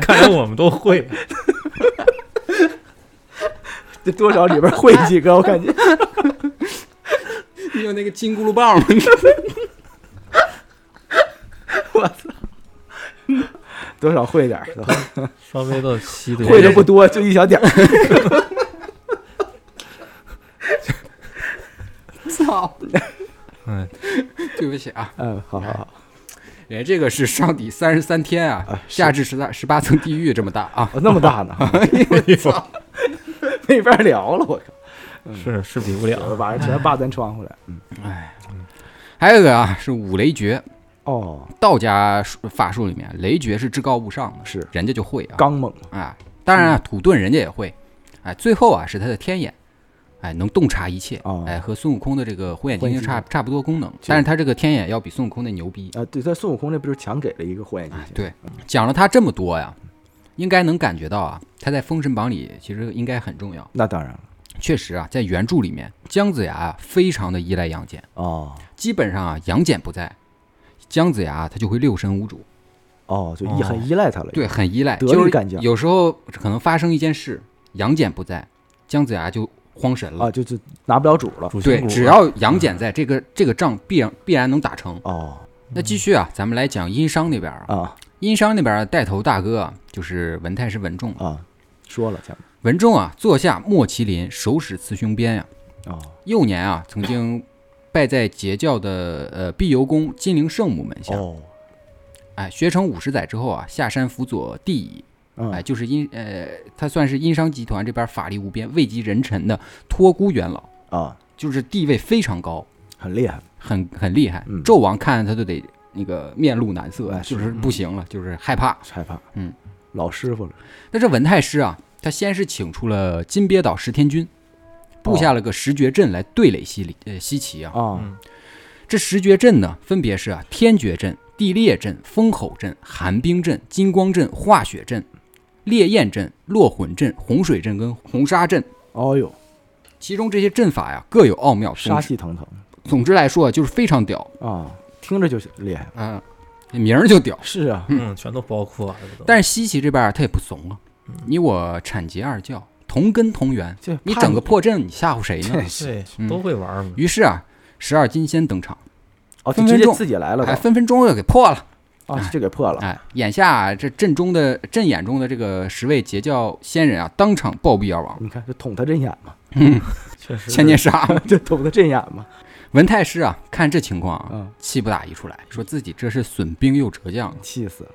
E: 看来我们都会。啊
D: 这多少里边会几个，我 感觉
C: 你有那个金箍噜棒吗？
D: 多少会点儿，
E: 稍微的吸对
D: 会的不多，就一小点儿，
C: 操！
E: 嗯，
C: 对不起啊，
D: 嗯，好好好，
C: 人家这个是上抵三十三天啊
D: 啊，是
C: 下至十大十八层地狱这么大啊。
D: 哦那么大呢，
C: 哎
D: 哎没法聊了，我靠。
E: 是是比不了。
D: 晚上全扒咱窗户
C: 哎
D: 来。
C: 还有一个啊是五雷诀，
D: 哦，
C: 道家术法术里面雷诀是至高无上的，
D: 是
C: 人家就会啊。
D: 刚猛
C: 啊，当然啊，土遁人家也会，哎，最后啊是他的天眼，哎，能洞察一切，
D: 哦
C: 哎，和孙悟空的这个火眼金睛
D: 火眼金睛
C: 差差不多功能，但是他这个天眼要比孙悟空那牛逼。啊
D: 啊！对，在孙悟空这不就是强给了一个火眼金睛？
C: 哎对，讲了他这么多呀，应该能感觉到啊，他在《封神榜》里其实应该很重要。
D: 那当然了。
C: 确实啊，在原著里面，姜子牙啊非常的依赖杨戬，
D: 哦
C: 基本上啊杨戬不在，姜子牙啊他就会六神无主，
D: 哦，就依
E: 哦
D: 很依赖他了。
C: 对，，很依赖，
D: 得
C: 就
D: 力
C: 是
D: 干将
C: 有时候可能发生一件事，杨戬不在，姜子牙就慌神了
D: 啊，。就是拿不了主了。
E: 主心
C: 对，
E: 骨
C: 只要杨戬在，这个这个仗必然必然能打成。
D: 哦
C: 那继续啊，咱们来讲殷商那边啊，
D: 啊
C: 殷商那边啊带头大哥啊，就是文太师文仲啊。
D: 啊，说了前面
C: 文仲啊，座下莫麒麟，手使雌雄鞭呀、
D: 哦
C: 幼年啊，曾经拜在截教的呃碧游宫金陵圣母门下。
D: 哦，
C: 哎，学成五十载之后啊，下山辅佐帝乙，哎，
D: 嗯
C: 就是殷呃，他算是殷商集团这边法力无边、位极人臣的托孤元老，
D: 啊，
C: 就是地位非常高，
D: 很厉害。
C: 很很厉害
D: 嗯。
C: 纣王看着他都得那个面露难色，哎就是
D: 嗯
C: 不行了，就是害怕。
D: 害怕，
C: 嗯，
D: 老师傅了，
C: 但是文太师啊，他先是请出了金鳖岛十天军，
D: 哦
C: 布下了个十绝阵来对垒西里呃西岐啊。
D: 啊，
E: 嗯
C: 这十绝阵呢，分别是啊天绝阵、地裂阵、风吼阵、寒冰阵、金光阵、化雪阵、烈焰阵、落魂阵、洪水阵跟红沙阵。
D: 哦呦，
C: 其中这些阵法呀，各有奥妙。总
D: 杀
C: 之
D: 气腾腾
C: 总之来说啊，就是非常屌
D: 啊，听着就厉害。
C: 啊、这名儿就屌。
D: 是啊，
E: 嗯，全都包括了，这都
C: 但是西岐这边儿他也不怂啊，你我产结二教，同根同源，
D: 这
C: 你
D: 怕
C: 整个 破阵，你吓唬谁呢？
D: 真是
E: 对
C: 嗯
E: 都会玩儿嘛，
C: 于是啊，十二金仙登场，
D: 哦，就
C: 分分
D: 直接
C: 钟
D: 自己来了
C: 哎，
D: 都
C: 分分钟就给破了。
D: 啊，这给破了
C: 哎，眼下啊、这阵中的阵眼中的这个十位截教仙人啊，当场暴毙而亡，
D: 你看，就捅他针眼嘛，
E: 确实
C: 千年杀。
D: 就捅他针眼嘛。
C: 文太师啊，看这情况啊，
D: 嗯，
C: 气不打一处来，说自己这是损兵又折将，
D: 气死了。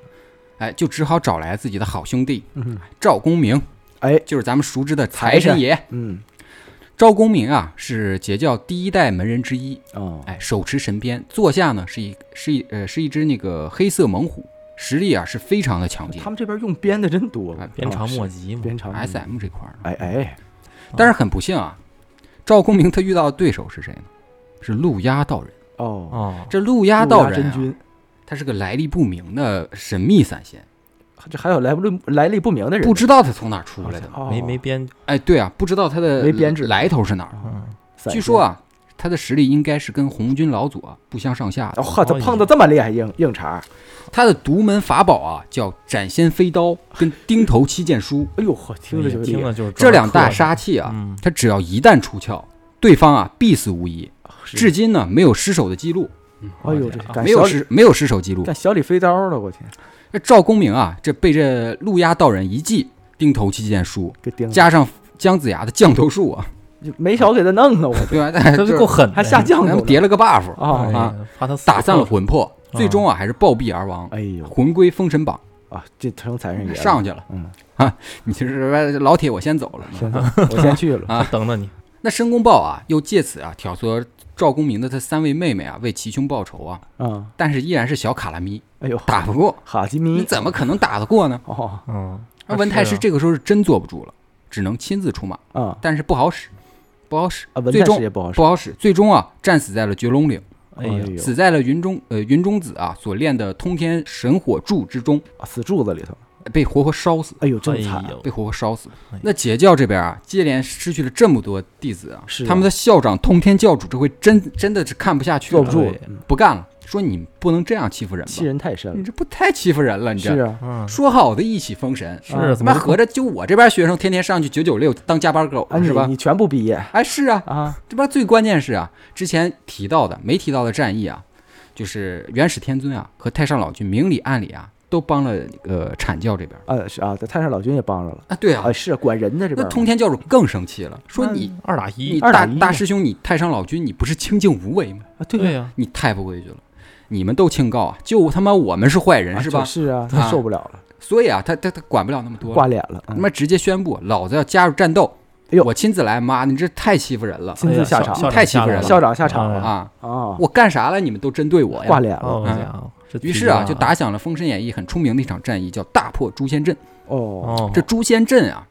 C: 哎，就只好找来自己的好兄弟
D: 嗯
C: 赵公明，
D: 哎，
C: 就是咱们熟知的财神爷。
D: 嗯，
C: 赵公明啊，是截教第一代门人之一，
D: 哦，
C: 哎，手持神鞭，座下呢是一是一呃是一只那个黑色猛虎，实力啊是非常的强劲
D: 他。们这边用编的真多
C: 哎，
E: 鞭长
D: 啊
E: 莫及
D: 是
E: 嘛，
D: 鞭长莫及
C: S M 这块儿呢，
D: 哎哎，
C: 但是很不幸啊，赵公明他遇到的对手是谁呢？是陆压道人。
D: 哦，
E: 哦，
C: 这陆压道
D: 陆
C: 人、
D: 家真
C: 啊，
D: 君，
C: 他是个来历不明的神秘散仙，
D: 这还有来不来历不明的人呢，
C: 不知道他从哪儿出来的。
D: 哦
E: 没没编，
C: 哎，对啊，不知道他的
D: 没编制
C: 来头是哪儿。
E: 嗯，
D: 啊散
C: 据说
D: 仙，
C: 啊，他的实力应该是跟红军老祖啊不相上下的。
D: 哦呵，这碰的这么厉害，硬硬茬儿，
C: 他的独门法宝啊叫斩仙飞刀跟钉头七剑书，
D: 哎呦呵，听着就
E: 听
D: 厉害
E: 了就是
C: 这两大
E: 杀。
C: 杀器啊，
E: 嗯，
C: 他只要一旦出鞘，对方啊必死无疑。
D: 哦是
C: 至今呢没有失手的记录，
D: 哎呦，这
E: 好家伙
D: 敢
C: 没有
D: 小李
C: 失没有失手记录。
D: 敢小李飞刀了，我天，
C: 这赵公明啊，这被这陆压道人一记钉头七剑书，
D: 给盯了
C: 加上姜子牙的降头术 啊，
D: 就没少给他弄啊呢，我
C: 对吧？
E: 这就够狠的呀，
D: 还下降
C: 哎咱
D: 头
C: 们
D: 呢
C: 叠了个 buff
D: 啊，
C: 啊，
E: 哎呀怕他死
C: 打散了
E: 透
C: 魂魄，最终啊还是暴毙而亡，
D: 哦哎呦
C: 魂归封神榜
D: 啊，这成财神爷了
C: 上去了。
D: 嗯，
C: 你就是老铁，我先走了。
D: 先走，我先去 了
C: 啊
E: 他等等你，
C: 那申公豹啊，又借此啊挑唆赵公明的他三位妹妹啊为其兄报仇啊，
D: 啊，
C: 但是依然是小卡拉咪
D: 哎呦，
C: 打不过，
D: 哈基
C: 你
D: 米，
C: 怎么可能打得过呢？
D: 哦
E: 嗯，
C: 而文太师这个时候是真坐不住了，只能亲自出马，
D: 啊
C: 但是不好使，不好使，
D: 啊，文
C: 最
D: 太
C: 终
D: 师也不好使，
C: 不好使，最终啊战死在了绝龙岭，
E: 哎
D: 哎
E: 呀
D: 呦，
C: 死在了云中呃云中子啊所炼的通天神火柱之中，呃
D: 啊死柱子里头，
C: 被活活烧死，
D: 哎呦，真
E: 哎
D: 惨，
E: 呦
C: 被活活烧死
E: 哎。
C: 那截教这边啊，接连失去了这么多弟子啊，
D: 是啊
C: 他们的校长通天教主这回真真的是看不下去
D: 坐不
C: 了，
D: 住了
E: 对，
D: 嗯
C: 不干了，说你不能这样欺负人
D: 欺
C: 吧，
D: 人太深
C: 你
D: 了，
C: 这不太欺负人了，你这
D: 是啊，
E: 嗯，
C: 说好的一起封神，
E: 是
D: 啊
E: 怎
C: 怎
E: 么
C: 么合着就我这边学生天天上去九九六当加班狗
D: 啊，
C: 是
D: 你
C: 吧？
D: 你全部毕业
C: 哎，是啊，
D: 啊，
C: 这边最关键是啊，之前提到的没提到的战役啊，就是元始天尊啊和太上老君明里暗里啊都帮了呃阐教这边
D: 啊是啊，这太上老君也帮着了，
C: 啊，对啊
D: 啊，是啊管人的这
C: 那
D: 边儿，
C: 通天教主更生气了，说
E: 那
C: 你
E: 二打一
C: 你，
D: 二打
C: 大
D: 一
C: 大
D: 嘛
C: 师兄你太上老君你不是清净无为吗？
D: 啊对
E: 对
D: 啊
E: 呀，
C: 你太不规矩了，你们都清高啊，就他妈我们是坏人
D: 啊
C: 是吧？
D: 就是啊，他
C: 啊
D: 受不了了，
C: 所以啊，他他他管不了那么多了
D: 挂脸了，
C: 他
D: 嗯
C: 妈直接宣布，老子要加入战斗！
D: 哎呦
C: 我亲自来！妈，你这太欺负人了
D: 亲
E: 哎呀
D: 自下
E: 校
D: 场
E: 校长
C: 太欺负人了
D: 校长下场了
E: 哎呀
C: 啊！哦
D: 啊，
C: 我干啥了？你们都针对我
D: 挂
C: 呀！
D: 脸
E: 好
D: 了，
E: 家伙，这
C: 于是
E: 体
C: 啊，
E: 育
C: 就打响了《封神演义》很出名的一场战役，叫大破诛仙阵。
D: 哦
E: 哦，
C: 这诛仙阵啊，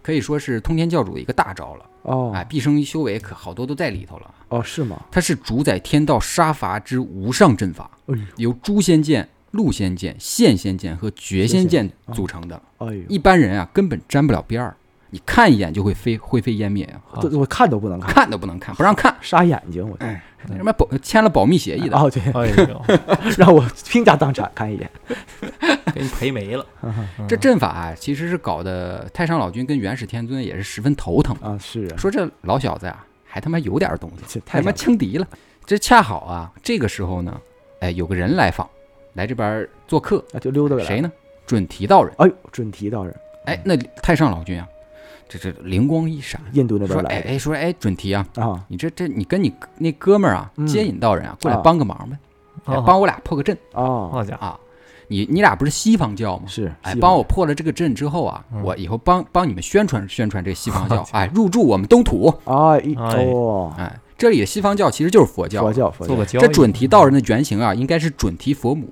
C: 可以说是通天教主的一个大招了。哎，
D: 哦
C: 毕生修为可好多都在里头了。
D: 哦是吗？
C: 它是主宰天道杀伐之无上阵法
D: 哎呦，
C: 由诛仙剑、鹿仙剑、现仙剑和绝仙剑组成的。
D: 哎呦，
C: 一般人啊，根本沾不了边儿，你看一眼就会飞灰飞烟灭啊！
E: 好
D: 这我看都 不能看，
C: 看都不能看，不让看，
D: 杀眼睛我。
C: 什么保签了保密协议的，
D: 哦，对，
E: 哎呦，
D: 让我倾家荡产看一 眼。
E: 给你赔没了，
C: 这阵法啊，其实是搞得太上老君跟元始天尊也是十分头疼。
D: 啊，是啊，
C: 说这老小子呀、还他妈有点东西，
D: 这
C: 还
D: 太
C: 他妈
D: 他
C: 轻敌了。这恰好啊，这个时候呢，哎，有个人来访，来这边做客，
D: 那啊就溜达过来。
C: 谁？呢？准提道人。
D: 哎呦，准提道人，
C: 哎，那太上老君啊，这这灵光一闪，
D: 印度那
C: 说
D: 边
C: 哎
D: 来
C: 哎说哎准提啊，
D: 的啊
C: 你这这你跟你那哥们儿啊
D: 嗯
C: 接引道人啊过来
D: 啊
C: 帮个忙呗，哎
E: 哦
C: 帮我俩破个阵
D: 哦，
E: 好家伙，
C: 啊。你你俩不是西方教吗？
D: 是，
C: 哎，
D: 西
C: 帮我
D: 方
C: 破了这个阵之后啊，
E: 嗯
C: 我以后 帮帮你们宣传宣传这个西方教，哎，入驻我们东土，
D: 人。哎，
E: 哎
D: 哦，
C: 哎，这里的西方教其实就是佛教，
D: 佛教佛
E: 做
D: 教
E: 个交易。
C: 这准提道人的原型啊，应该是准提佛母，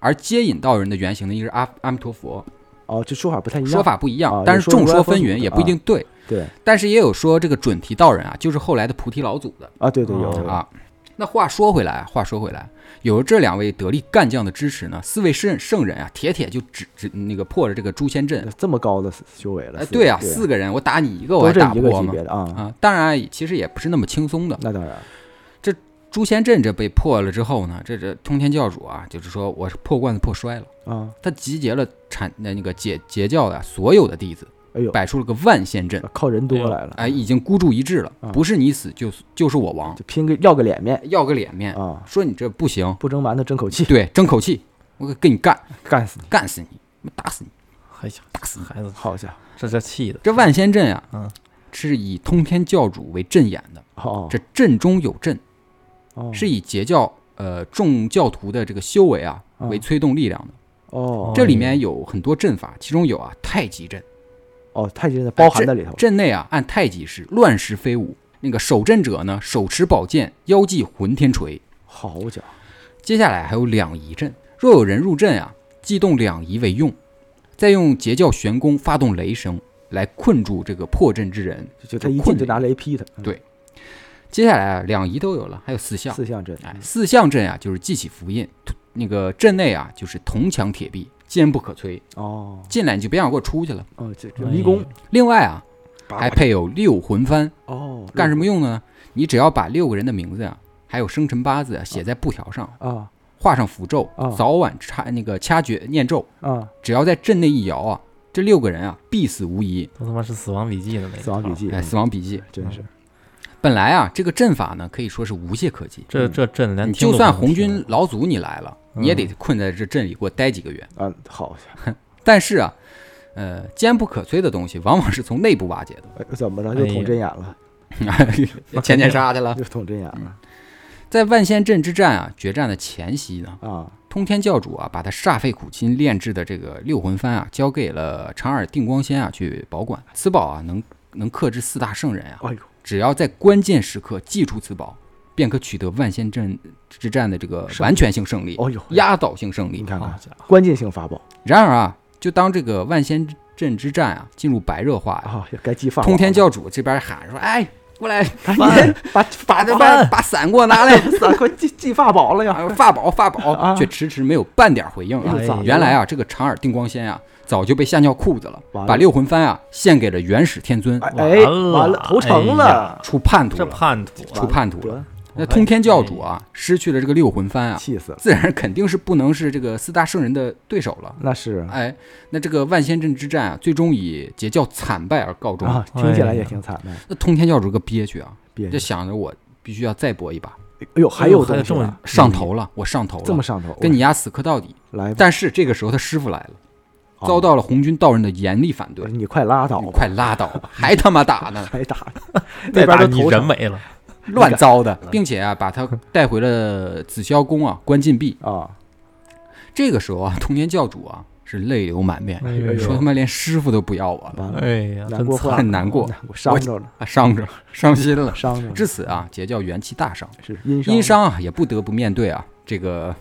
C: 而接引道人的原型呢，应该是阿阿弥陀佛，
D: 哦，这说法不太一样。
C: 说法不一样
D: 啊，
C: 但是众说纷
D: 有说
C: 纭，
D: 是
C: 也不一定对。
D: 对
C: 但是也有说这个准提道人啊，就是后来的菩提老祖的
D: 啊，对对有
E: 啊
D: 有
C: 啊。那话说回来，啊话说回来，有了这两位得力干将的支持呢，四位圣圣人啊，铁铁就指指那个破了这个诛仙阵。
D: 这么高的修为了。
C: 哎，
D: 四
C: 对啊，
D: 对
C: 四个人我打你一个，我
D: 都
C: 还
D: 这
C: 打
D: 一
C: 不
D: 个
C: 过
D: 级
C: 吗？
D: 别的啊，
C: 啊，当然其实也不是那么轻松的。
D: 那当然
C: 诛仙阵这被破了之后呢，这这通天教主啊，就是说我是破罐子破摔了，
D: 啊，
C: 他集结了禅那那个截截教的所有的弟子，
D: 哎呦，
C: 摆出了个万仙阵，
D: 靠人多来了，
C: 哎，已经孤注一掷了
D: 啊，
C: 不是你死就是就是我亡，
D: 就拼个要个脸面
C: 要个脸面，
D: 啊，
C: 说你这不行，
D: 不争馒头争口气，
C: 对，争口气，我跟你干，
D: 干死你！
C: 干死你，打死你，
E: 哎呀，打死孩子，
D: 好家
E: 这这气的，
C: 这万仙阵啊，
E: 嗯
C: 是以通天教主为阵眼的，
D: 伙，
C: 这阵中有阵，
D: 哦，
C: 是以截教呃众教徒的这个修为啊
D: 啊
C: 为推动力量的。
D: 哦
C: 这里面有很多阵法，其中有啊太极阵，
D: 哦，太
C: 哎
D: 极在包含在里头，
C: 阵内啊按太极式乱石飞舞，那个守阵者呢手持宝剑，腰系混天锤。
D: 好家伙，
C: 接下来还有两仪阵，若有人入阵啊，祭动两仪为用，再用截教玄功发动雷声来困住这个破阵之人。
D: 就就他一进就拿雷劈他，嗯
C: 对接下来啊两仪都有了，还有四象，
D: 四象阵，
C: 哎四象阵啊就是祭起符印，突那个阵内啊就是铜墙铁壁，坚不可摧，
D: 哦，
C: 进来你就别想给我出去了。
D: 哦，这这迷宫
E: 哎，
C: 另外啊还配有六魂幡。
D: 哦，
C: 干什么用呢？你只要把六个人的名字啊，还有生辰八字啊，写在布条上，
D: 啊
C: 画上符咒
D: 啊，
C: 早晚掐那个掐诀念咒，
D: 啊？
C: 只要在阵内一摇啊，这六个人啊必死无疑。
E: 都他妈是死亡笔记的那个。
D: 死亡笔，记，
C: 哎，死亡笔记。
D: 真是
C: 本来啊，这个阵法呢可以说是无懈可击，
D: 嗯
E: 这这阵连
C: 你
E: 听
C: 就
E: 都
C: 算
E: 不能
C: 红军
E: 听
C: 老祖你来了，
E: 嗯
C: 你也得困在这阵里给我待几个月。
D: 啊，好家伙
C: 但是啊，呃，坚不可摧的东西往往是从内部瓦解的，
D: 哎，怎么着又捅针眼了？
C: 前前杀去了。
D: 又捅针眼了
C: 在万仙阵之战啊决战的前夕呢，
D: 啊！
C: 通天教主啊，把他煞费苦心炼制的这个六魂幡啊，交给了长耳定光仙啊去保管。此宝啊，能能克制四大圣人啊，
D: 哎呦，
C: 只要在关键时刻祭出此宝，便可取得万仙阵之战的这个完全性胜利、
D: 哎呦，
C: 压倒性胜利
D: 你。看
E: 好
D: 看，
E: 家伙，
D: 关键性法宝
C: 然而啊，就当这个万仙阵之战啊进入白热化，
D: 啊，该激发
C: 通天，教主这边喊说：“哎，过来，
D: 哎你把
C: 把
D: 把
C: 这
D: 这
C: 把
D: 把
C: 把伞给我拿来，
D: 咋快记记法宝了呀？
C: 啊法宝法宝，
D: 啊
C: 却迟迟没有半点回应啊。
E: 哎呀
C: 原来啊，这个长耳定光仙啊，早就被吓尿裤子了，
D: 完了
C: 把六魂幡啊献给了元始天尊，
D: 哎
E: 完
D: 哎，
E: 了
D: 完了，投
E: 哎
D: 诚
E: 呀
D: 了，
C: 出叛徒
E: 这
C: 了。
E: 叛徒
C: 出
E: 啊，
C: 叛徒了
D: 得
C: 那通天教主啊，失去了这个六魂幡啊，
D: 气死了，
C: 自然肯定是不能是这个四大圣人的对手了。
D: 那是
C: 哎，那这个万仙阵之战啊，最终以截教惨败而告终。
D: 啊，听起来也挺惨的，
C: 那通天教主个憋屈啊，
D: 别
C: 就想着我必须要再搏一把，
D: 哎呦，还
E: 哎呦
D: 有
E: 还有
D: 东西
E: 这么
D: 啊嗯
C: 上头了，我上头了，
D: 这么上头，
C: 跟你丫死磕到底。
D: 来吧，
C: 但是这个时候他师傅来了，
D: 啊
C: 遭到了红军道人的严厉反对。
D: 你快拉倒
C: 你
D: 吧，
C: 快拉倒吧，还他妈打 呢，
D: 还打，
E: 再
D: 那边
E: 打
D: 都
E: 你
D: 投
E: 人
D: 诚
E: 没了，
C: 乱糟的，
D: 嗯
C: 并且啊，把他带回了紫霄宫啊，关禁闭。
D: 啊，
C: 这个时候啊，通天教主啊是泪流满面，
E: 哎呦
C: 说他妈连师傅都不要我了
D: 完了，
E: 哎呀，
D: 难
E: 真
D: 过坏了
E: 惨，
C: 很难过，
D: 我伤着了，
C: 啊，伤着 伤心了。
D: 伤着了，
C: 至此啊，截教元气大伤，
D: 是殷商，
C: 殷商啊也不得不面对啊这个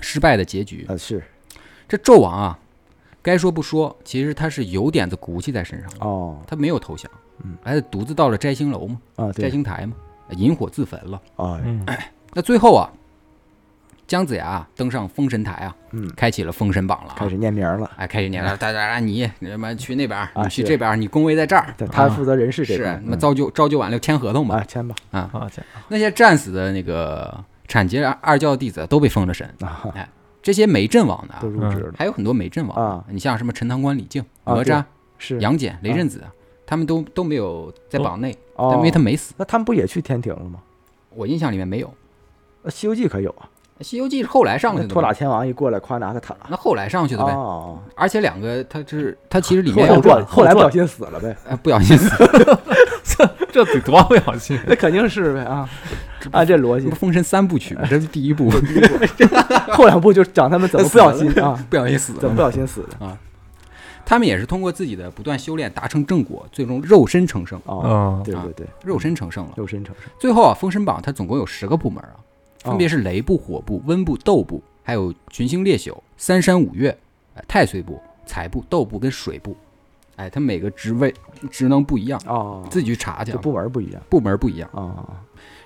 C: 失败的结局。
D: 啊，是
C: 这纣王啊，该说不说，其实他是有点子骨气在身上的，
D: 哦，
C: 他没有投降
D: 嗯，
C: 还是独自到了摘星楼嘛。
D: 啊，
C: 摘
D: 对，
C: 星台嘛，引火自焚了。
D: 啊，
E: 嗯，
C: 那最后啊，姜子牙啊登上封神台啊，
D: 嗯，
C: 开启了封神榜了、啊，
D: 开始念名了，
C: 哎，开始念了，大家你你他妈去那边儿，
D: 啊
C: 你去
D: 是
C: 这边儿，你工位在这儿，
D: 对，他负责人事这
C: 啊是
D: 边，
C: 那么
D: 嗯
C: 朝九朝九晚六签合同嘛
D: 啊，。签吧，
E: 好家
C: 那些战死的那个产节二教弟子都被封了神，
D: 啊，
C: 这些没阵亡的啊
D: 都，入职了，
C: 还有很多没阵亡的
D: 啊
C: 你像什么陈塘关李靖、
D: 啊
C: 哪吒、
D: 是，
C: 杨戬、雷震子，他们都都没有在
E: 都
C: 榜内，但
D: 哦
C: 因为他没死，
D: 那他们不也去天庭了吗？
C: 我印象里面没有。
D: 那《西游记》可有啊？
C: 《西游记》是后来上去
D: 那
C: 的
D: 托
C: 嘛
D: 塔，天王一过来，夸拿个塔，
C: 那后来上去的呗。
D: 哦，
C: 而且两个他是他其实里面
D: 后
C: 有
D: 传，后来
E: 后
D: 不小
E: 传
D: 心死了呗，
C: 呃不小心死，
E: 伙，这得多不 小心，
D: 那肯定是呗啊， 按这逻
C: 这
D: 辑
C: 不，封神三部 曲吗？这是第一部，
D: 后两部就讲他们怎么不小心啊，
C: 不小心死
D: 怎么
C: 了。
D: 不小心死的。
C: 他们也是通过自己的不断修炼达成正果，最终肉身成圣，
D: 啊，
E: 嗯，
D: 对对对，
C: 肉身成圣了。
D: 肉身成圣，
C: 最后啊，封神榜它总共有十个部门啊，分
D: 哦
C: 别是雷部、火部、温部、斗部，还有群星烈宿、三山五岳、呃太岁部、财部、斗部跟水部。哎，它每个职位职能不一样，
D: 哦，
C: 自己去查去、
D: 就
C: 啊，
D: 部门不一样
C: 部门不一样。
D: 啊，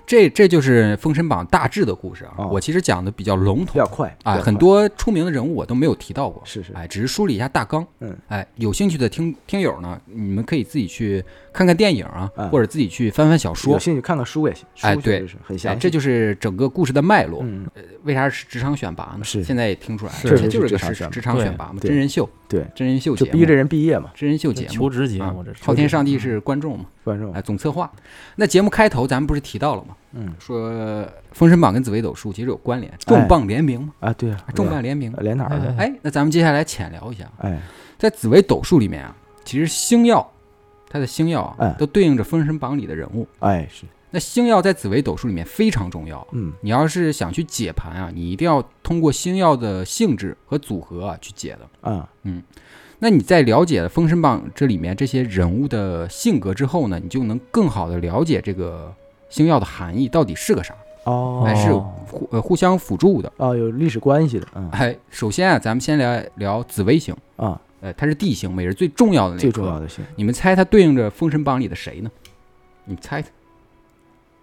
C: 这这就是封神榜大致的故事啊。
D: 哦
C: 我其实讲的比较笼
D: 比
C: 统
D: 较快
C: 啊，
D: 比较
C: 很
D: 快
C: 多出名的人物我都没有提到过，
D: 是是
C: 哎，只是梳理一下大纲。
D: 嗯，
C: 哎，有兴趣的听听友呢，你们可以自己去看看电影啊，
D: 嗯
C: 或者自己去翻翻小说
D: 有。兴趣看看书也行，书
C: 哎
D: 确
C: 对
D: 实是很
C: 哎，
D: 详
C: 这
D: 细，
C: 就是整个故事的脉络。
D: 嗯，
C: 为啥是职场选拔呢？
D: 是
C: 现在也听出来了，
E: 是
C: 这就是
D: 是
C: 个是
D: 职场选拔
C: 职场选拔嘛，
D: 对
C: 真人秀，
D: 对，
C: 真人秀节目，
D: 就逼着人毕业嘛，
C: 真人秀节
E: 求
C: 目
E: 职节
C: 啊
E: 目这嗯是。
C: 昊天上帝是观众嘛，
D: 观众
C: 哎，总策划。那节目开头咱们不是提到了吗？
D: 嗯，
C: 说《封神榜》跟紫微斗数其实有关联，重磅联名嘛，
D: 啊，对啊，
C: 重磅联名。
D: 连哪儿的？
C: 哎，那咱们接下来浅聊一下，啊
D: 哎，
C: 在紫微斗数里面啊，其实星耀，它的星耀啊
D: 哎，
C: 都对应着《封神榜》里的人物。
D: 哎是，
C: 那星耀在紫微斗数里面非常重要啊，
D: 嗯，
C: 你要是想去解盘啊，你一定要通过星耀的性质和组合啊去解的。
D: 啊，
C: 那你在了解了《封神榜》这里面这些人物的性格之后呢，你就能更好的了解这个星耀的含义到底是个啥，
D: 哦，
C: 还是互呃互相辅助的。
D: 哦，有历史关系的，嗯
C: 哎，首先啊，咱们先来聊紫微星，
D: 啊，
C: 呃，它是地星嘛，也是最重要的那
D: 最
C: 一
D: 重要
C: 颗。
D: 的姓
C: 你们猜它对应着《封神榜》里的谁呢？你们猜猜？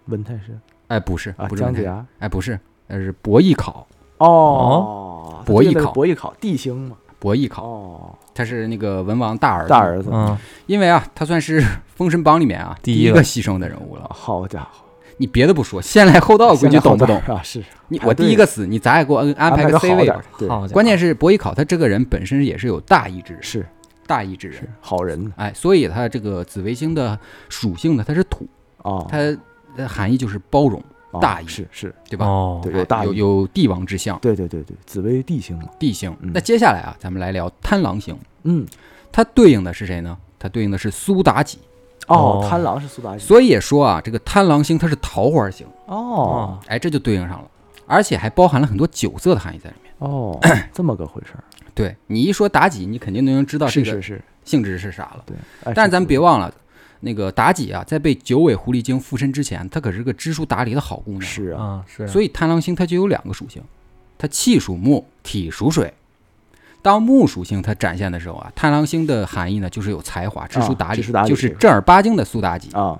D: 文太师
C: 哎，不是，
D: 啊，
C: 不是
D: 姜
C: 文
D: 子
C: 太，
D: 牙，
C: 哎，不是，呃，是伯邑考，
D: 哦，他
C: 伯邑
D: 对那个
C: 考
D: 伯邑考，地星嘛，
C: 伯邑考，
D: 哦，
C: 他是那个文王大儿子
D: 大儿子，
E: 嗯，
C: 因为啊，他算是《封神榜》里面啊
E: 第一
C: 一
E: 了
C: 个牺牲的人物了。
D: 好家伙，
C: 你别的不说，先来后到，
D: 现
C: 估
D: 在
C: 计
D: 好
C: 懂不
D: 点
C: 懂
D: 儿？啊？是
C: 你
D: 排
C: 我
D: 队
C: 第一个死，你咱也给我安安排
D: 个
C: 个 C
D: 好
C: 位
D: 点
C: 吧
D: 儿。，对，
E: 好家伙，
C: 关键是伯邑考他这个人本身也是有大义之人，
D: 是
C: 大义之人
D: 是。好人呢
C: 哎，所以他这个紫微星的属性呢，它是土，
D: 哦，
C: 它的含义就是包容，
D: 哦
C: 大义
D: 是是，
C: 对吧？
E: 哦，
D: 对
C: 哎
D: 有大
C: 有
D: 义
C: 有帝王之相，
D: 对对对对，紫薇地星嘛，
C: 地星
D: 嗯。
C: 那接下来啊，咱们来聊贪狼星，
D: 嗯，
C: 它对应的是谁呢？它对应的是苏妲己。
D: 哦
E: 哦，
D: 贪狼是苏妲己，
C: 所以也说啊，这个贪狼星它是桃花星。
D: 哦
C: 哎，这就对应上了，而且还包含了很多酒色的含义在里面。
D: 哦，这么个回事儿，
C: 对你一说妲己，你肯定就能知道这
D: 是是
C: 个
D: 是，
C: 性质是啥了。
D: 对，哎
C: 但是
D: 是
C: 咱们
D: 苏
C: 别忘了，那个妲己啊，在被九尾狐狸精附身之前，她可是个知书达理的好姑娘。
D: 是啊，
E: 啊是，
C: 所以贪狼星它就有两个属性，它气属木，体属水。当木属性它展现的时候啊，贪狼星的含义呢，就是有才华、知书
D: 啊
C: 达理，
D: 知书达理
C: 就是
D: 这个
C: 正儿八经的苏妲己。
D: 啊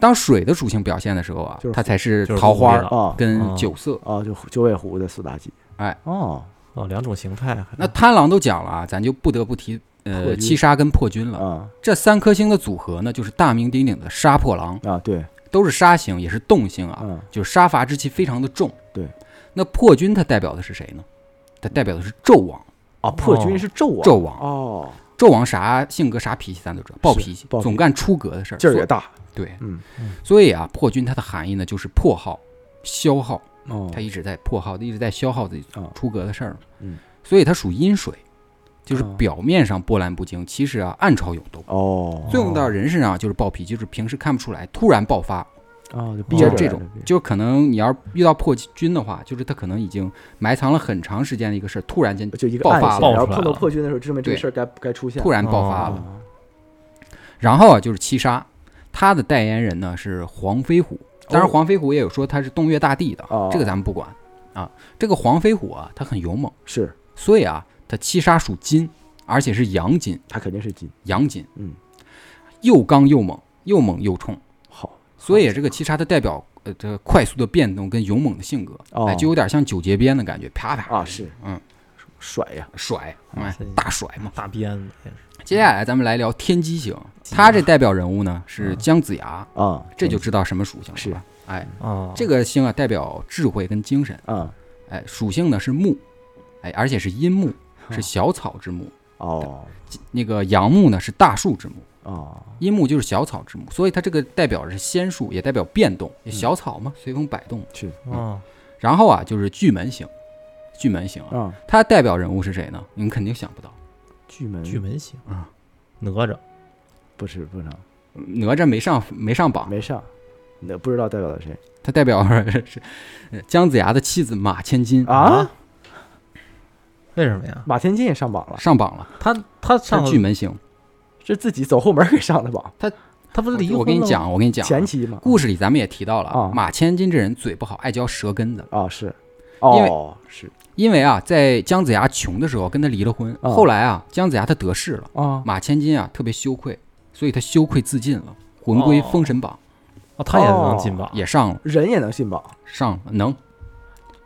C: 当水的属性表现的时候啊，
D: 就是
C: 它才是
E: 就是
C: 桃花
E: 狐狸了
D: 啊
C: 跟
E: 哦
C: 酒色。
D: 啊，就九尾狐的苏妲己，
C: 哎
D: 哦
E: 哦两种形态还，
C: 那贪狼都讲了啊，咱就不得不提
D: 破
C: 呃
D: 军
C: 七杀跟破军了。
D: 啊
C: 这三颗星的组合呢，就是大名鼎鼎的杀破狼，
D: 啊对，
C: 都是杀星，也是动星啊，
D: 嗯
C: 就是杀伐之气非常的重。
D: 对，
C: 那破军它代表的是谁呢？它代表的是纣王。
D: 啊，破军是纣王，
C: 纣王，
D: 哦，
C: 纣王啥性格啥脾气咱都知道，暴
D: 是
C: 脾气，
D: 暴脾气
C: 总干出格的事儿，
D: 劲儿
C: 所
D: 也大，
C: 对，
D: 嗯
C: 所以啊，破军它的含义呢，就是破耗、消耗，
D: 哦
C: 它一直在破耗，一直在消耗自己
D: 啊
C: 出格的事儿。
D: 嗯，
C: 所以它属阴水，就是
D: 啊
C: 表面上波澜不惊，其实啊暗潮涌动。
D: 哦
C: 作用到人身上就是暴脾气，就是平时看不出来，突然爆发，
E: 哦
D: 啊就憋
C: 就是
D: 着
C: 这
D: 来
C: 种
D: 了，
C: 就是可能你要遇到破军的话，就是他可能已经埋藏了很长时间的一个事儿，突然间
D: 就一个
C: 爆
D: 暗
C: 发
D: 线，
E: 了
D: 然后
E: 爆出来
D: 碰到
E: 了
D: 破军的时候，证明这个
C: 对
D: 事儿该该出现，
C: 突然爆发了。
D: 啊
C: 然后啊，就是七杀，他的代言人呢是黄飞虎，当然
D: 哦
C: 黄飞虎也有说他是洞岳大帝的
D: 哦，
C: 这个咱们不管啊。这个黄飞虎啊，他很勇猛，
D: 是
C: 所以啊，他七杀属金，而且是阳金，
D: 他肯定是金，
C: 阳金，
D: 嗯，哦
C: 又刚又猛，又猛又冲。
D: 好
C: 所以这个七杀它代表呃这个快速的变动跟勇猛的性格，
D: 哦
C: 哎，就有点像九节鞭的感觉，啪啪
D: 啊是
C: 嗯
D: 甩呀
C: 甩，哎
E: 这，
C: 大甩嘛。
E: 大鞭子也是，
C: 接下来咱们来聊天机型，
D: 嗯
C: 他这代表人物呢是姜子牙，
D: 啊，
C: 这就知道什么属性了
D: 是哦
C: 吧？哎，
E: 啊，
C: 这个星啊代表智慧跟精神，
D: 啊
C: 哎，属性呢是木，哎，而且是阴木，
D: 哦
C: 是小草之木。
D: 哦
C: 那个阳木呢是大树之木，
D: 哦
C: 阴木就是小草之木，所以它这个代表着是仙术，也代表变动，小草嘛，随风摆动。
D: 去
E: 啊
C: 然后啊，就是巨门型，巨门型啊，
D: 啊
C: 它代表人物是谁呢？你们肯定想不到，
D: 巨门
E: 巨门型
C: 啊，
E: 哪吒
D: 不是不能
C: 哪吒没上没上榜，
D: 没上，那不知道代表的谁
C: 它代表是呃姜子牙的妻子马千金。
D: 啊
E: 为什么呀？
D: 马天进也上榜了，
C: 上榜了，
E: 他他
C: 他
E: 上
C: 巨门星。
D: 是自己走后门给上的榜，
E: 他不是离婚
C: 我跟你
E: 了吗，
C: 讲，我跟你讲啊，
D: 前期嘛。
C: 故事里咱们也提到了，
D: 啊
C: 马千金这人嘴不好，爱嚼舌根子。
D: 啊是，
C: 因为
D: 哦是
C: 因为啊，在姜子牙穷的时候跟他离了婚，
D: 啊
C: 后来啊，姜子牙他得势了，
D: 啊，
C: 马千金啊特别羞愧，所以他羞愧自尽了，魂归
E: 哦
C: 封神榜，
E: 哦，他也能进
D: 啊
E: 榜，
C: 也上了
D: 人也能信榜，
C: 上了能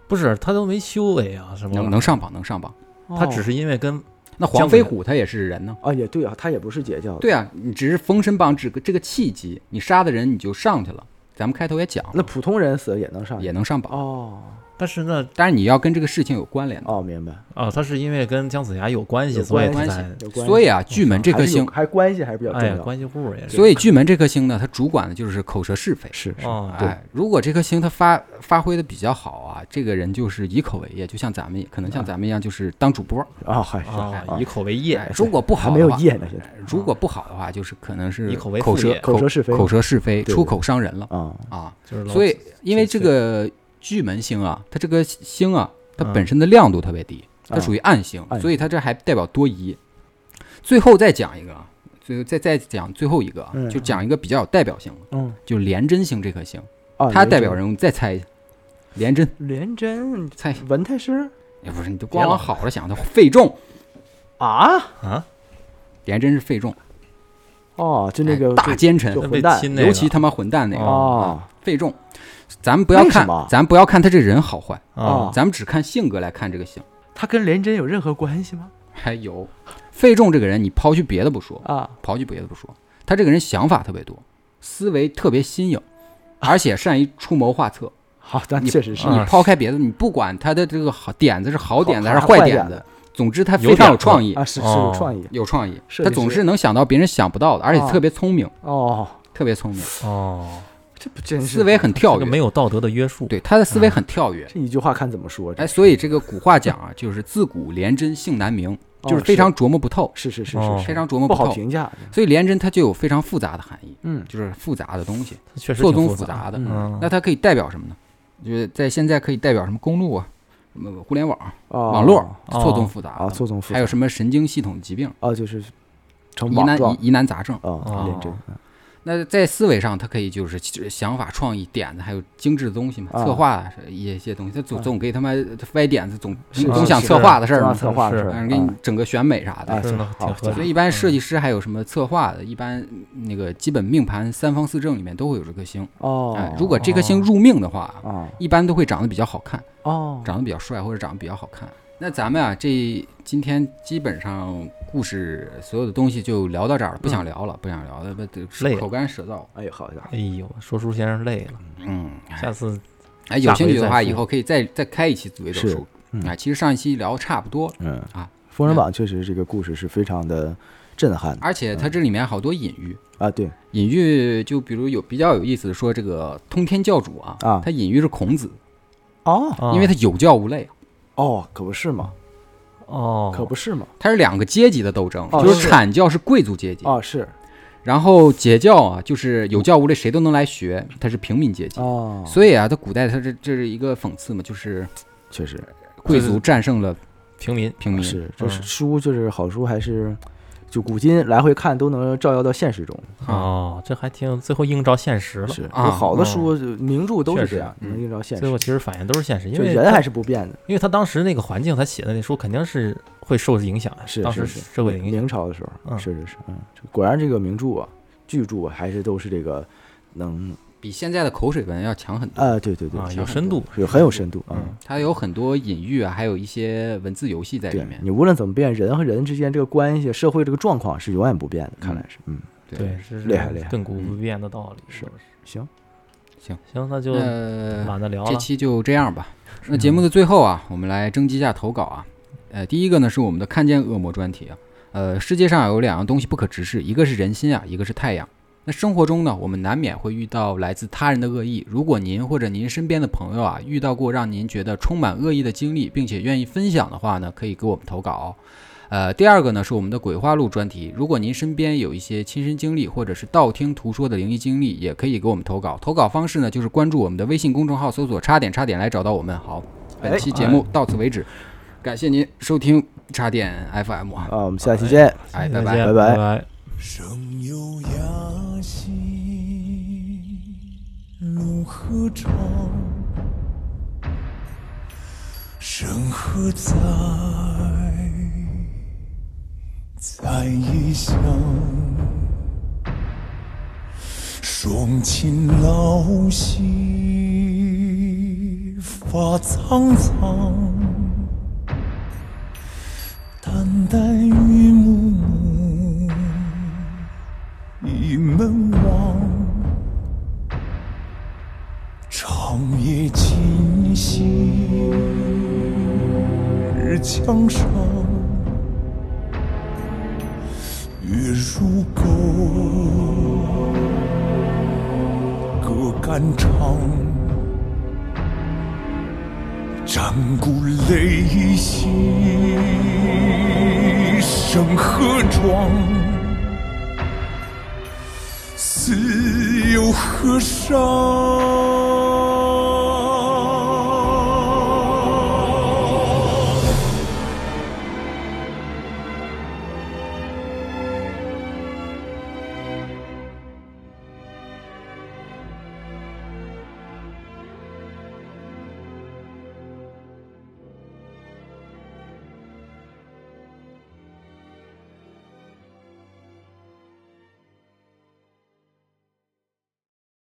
E: 不是他都没修为啊，什么
C: 能能上榜能上榜。
E: 他只是因为跟
C: 那黄
E: 姜子
C: 飞
E: 牙
C: 虎他也是人呢，
D: 哦啊也对啊，他也不是截教的，
C: 对啊，你只是封神榜只个这个契机，你杀的人你就上去了。咱们开头也讲
D: 那
C: 了，
D: 普通人死了也能上去
C: 也能上榜，
D: 哦
E: 但是呢，
C: 但是你要跟这个事情有关联的。
D: 哦明白，
E: 啊，他是因为跟姜子牙有关系，
D: 有
E: 所以他
D: 关
E: 才
D: 系有关系，嗯
C: 所以啊，巨门这颗
D: 还是有
C: 星，
D: 还关系还是比较重
E: 哎
D: 要，
E: 关系户也是
C: 所以巨门这颗星呢，它主管的就是口舌是非。
D: 是是
E: 哦，
C: 哎，如果这颗星它发发挥的比较好啊，这个人就是以口为业，就像咱们可能像咱们一样，就是当主播。
D: 啊还是
E: 啊
D: 啊，
E: 以口为业，
D: 哎
C: 如果不好
D: 还没
C: 的
D: 有
C: 话，
D: 业呢现在
C: 如果不好的话，就是可能 是
E: 以口为
C: 口
E: 副
C: 舌
E: 业
D: 口舌是非
C: 口舌是非，
D: 对
C: 出口伤人了
D: 啊
C: 啊。
E: 就是老
C: 所以，因为这
E: 纯粹
C: 个巨门星啊，它这个星啊，它
E: 嗯
C: 本身的亮度特别低，它
D: 啊
C: 属于暗星，
D: 暗
C: 所以它这还代表多疑。最后再讲一个啊，最后再再讲最后一个啊，
D: 嗯
C: 就讲一个比较有代表性的，
D: 嗯
C: 就廉贞星这颗星，
D: 啊
C: 它代表人物再猜一下，廉贞
D: 廉贞
C: 猜
D: 文太师
C: 也不是，你都光往好了想，它费仲，
D: 啊
E: 啊，
C: 廉贞是费仲，
D: 哦就那
C: 哎
D: 个
C: 大奸臣
D: 就，
E: 那
D: 混
E: 被
D: 蛋
E: 亲那个
C: 尤其他妈混蛋那个
D: 哦
C: 啊费仲。咱们不要
D: 为
C: 看
D: 什么，
C: 咱们不要看他这人好坏，
E: 啊
D: 啊
C: 咱们只看性 格来看这个星。
D: 他跟廉贞有任何关系吗？
C: 还有，费仲这个人，你抛去别的不说，
D: 啊
C: 刨去别的不说，他这个人想法特别多，思维特别新 颖，而且善于出谋划策。
D: 好，但
C: 你
D: 确实是
E: 啊
C: 你抛开别的，你不管他的这个好点子是好点子还是
D: 好还是坏
C: 点
D: 点
C: 子
D: 子，
C: 总之他
E: 有
C: 非常
E: 点
C: 有
E: 子
C: 创意，
D: 啊是是有
E: 哦
D: 创意
C: 有创意。
D: 是
C: 他
D: 是
C: 总
D: 是
C: 是能想到别人想不到的，而且
D: 啊
C: 特别聪明，
D: 哦
C: 特别聪明，
E: 哦，
D: 这不真是
C: 思维很跳
E: 这个
C: 跃。
E: 没有道德的约束，
C: 对，他的思维很跳跃。
D: 这一句话看怎么说？这
C: 哎，所以这个古话讲啊，就是自古廉贞性难明，
D: 哦
C: 就是非常琢磨不透，
D: 是是是是
E: 哦
D: 是
C: 非常琢磨
D: 不
C: 透
D: 好。评价。
C: 所以廉贞它就有非常复杂的含义，
D: 嗯
C: 就是复杂的东西。
E: 他确实
C: 错
E: 挺
C: 综
E: 复
C: 复杂的
E: 嗯，
C: 那它可以代表什么呢？就是在现在可以代表什么公路啊，什么互联网、
D: 哦
C: 网络
E: 哦
C: 错综复杂
D: 啊，
C: 的，
D: 错综复杂
C: 还有什么神经系统疾病、
D: 啊，就是成
C: 疑
D: 网
C: 难
D: 状
C: 疑疑难杂症。
D: 啊，
E: 哦
D: 廉贞
C: 那在思维上，它可以就是其想法、创意、点子，还有精致的东西嘛，
D: 啊
C: 策划啊一些东西。它总
D: 啊
C: 总给他们歪点子，总
D: 是
C: 总
D: 是
C: 想
E: 是
C: 策划的事
D: 中
C: 儿
D: 央
C: 嘛，
D: 策划的
E: 是
D: 事儿
C: 嗯，给你整个选美啥
D: 啊
C: 的。
E: 真的
D: 好
E: 挺合
D: 好
E: 理
C: 所以一般设计师还有什么策划的，一般嗯那个基本命盘三方四正里面都会有这颗星。哎
D: 哦，，
C: 如果这颗星入命的话，
E: 哦
D: 啊
C: 一般都会长得比较好看，
E: 嗯
D: 哦
C: 长得比较帅或者长得比较好看。那咱们啊，这今天基本上故事所有的东西就聊到这儿了，不想聊了，不想聊了，不得
E: 嗯累了
C: 口干舌燥。
D: 哎呦，好家伙，
E: 哎呦，说书先生累了，
C: 嗯，
E: 下次
C: 哎，有兴趣的
E: 下
C: 话，
E: 回再
C: 以
E: 说
C: 后可以再再开一期紫薇斗
D: 是
C: 数。
D: 嗯
C: 啊，其实上一期聊差不多，
D: 嗯
C: 啊，
D: 封神榜确实这个故事是非常的震撼的
C: 而且
E: 嗯
C: 它这里面好多隐喻，
D: 啊，对
C: 隐喻就比如有比较有意思的说，这个通天教主啊，
D: 啊
C: 他隐喻是孔子，
D: 哦
E: 啊
C: 因为他有教无类，
D: 哦，可不是嘛，
E: 哦，
D: 可不是嘛，
C: 他是两个阶级的斗争，
D: 哦
C: 就是
D: 是
C: 阐教是贵族阶级，
D: 哦是
C: 然后解教啊，就是有教无类，谁都能来学，他是平民阶级。
D: 哦，
C: 所以啊，他古代他这这是一个讽刺嘛，就是
D: 确实
C: 贵族战胜了
E: 平民
C: 平民。
D: 是就是
E: 嗯
D: 书就是好书还是。就古今来回看都能照耀到现实中，
E: 哦，这还挺最后映照现实了，
D: 啊是有
C: 啊
D: 好的
E: 嗯
D: 书名著都是这
E: 确实嗯
D: 样，能映照现
E: 最后
D: 实，
E: 其实反映都是现实，因
D: 就
E: 为
D: 人
E: 他
D: 还是不变的。
E: 因为他当时那个环境，他写的那书肯定是会受影响呀，
D: 是
E: 当时
D: 是是
E: 社会影响，
D: 明朝的时候，
E: 嗯
D: 是是是，嗯，这果然这个名著啊，巨著啊还是都是这个能
C: 比现在的口水文要强很多。
D: 啊，对对对
E: 啊，
D: 是
E: 有深度，
D: 有很有深度啊。
E: 嗯
C: 它有很多隐喻啊，还有一些文字游戏在里
D: 对
C: 面。
D: 你无论怎么变，人和人之间这个关系、社会这个状况是永远不变的，看来是，嗯，
E: 对，是
D: 厉害厉害
E: 亘古不变的道理。
D: 是行，
E: 行，那就
C: 呃，
E: 懒得聊
C: 这
E: 了。
C: 期就这样吧。那节目的最后啊，我们来征集一下投稿啊。呃，第一个呢是我们的“看见恶魔”专题啊。呃，世界上有两样东西不可直视，一个是人心啊，一个是太阳。那生活中呢，我们难免会遇到来自他人的恶意。如果您或者您身边的朋友啊，遇到过让您觉得充满恶意的经历，并且愿意分享的话呢，可以给我们投稿哦、呃，第二个呢是我们的鬼话录专题。如果您身边有一些亲身经历或者是道听途说的灵异经历，也可以给我们投稿。投稿方式呢就是哎关注我们的微信公众号，搜索“差点差点”来找到我们。好，本期节目到此为止，感谢您收听插电 FM，啊
D: 啊，我们下期见。
C: 哎，拜
E: 再
C: 拜。
E: 见
D: 拜拜
E: 拜拜
F: 生有雅兴，怒何朝？生何在？在异乡。双亲老兮发苍苍。淡淡雨幕幕，倚门望。长夜今夕，日江上。月如钩，隔肝肠。战鼓擂兮声何壮？死有何伤？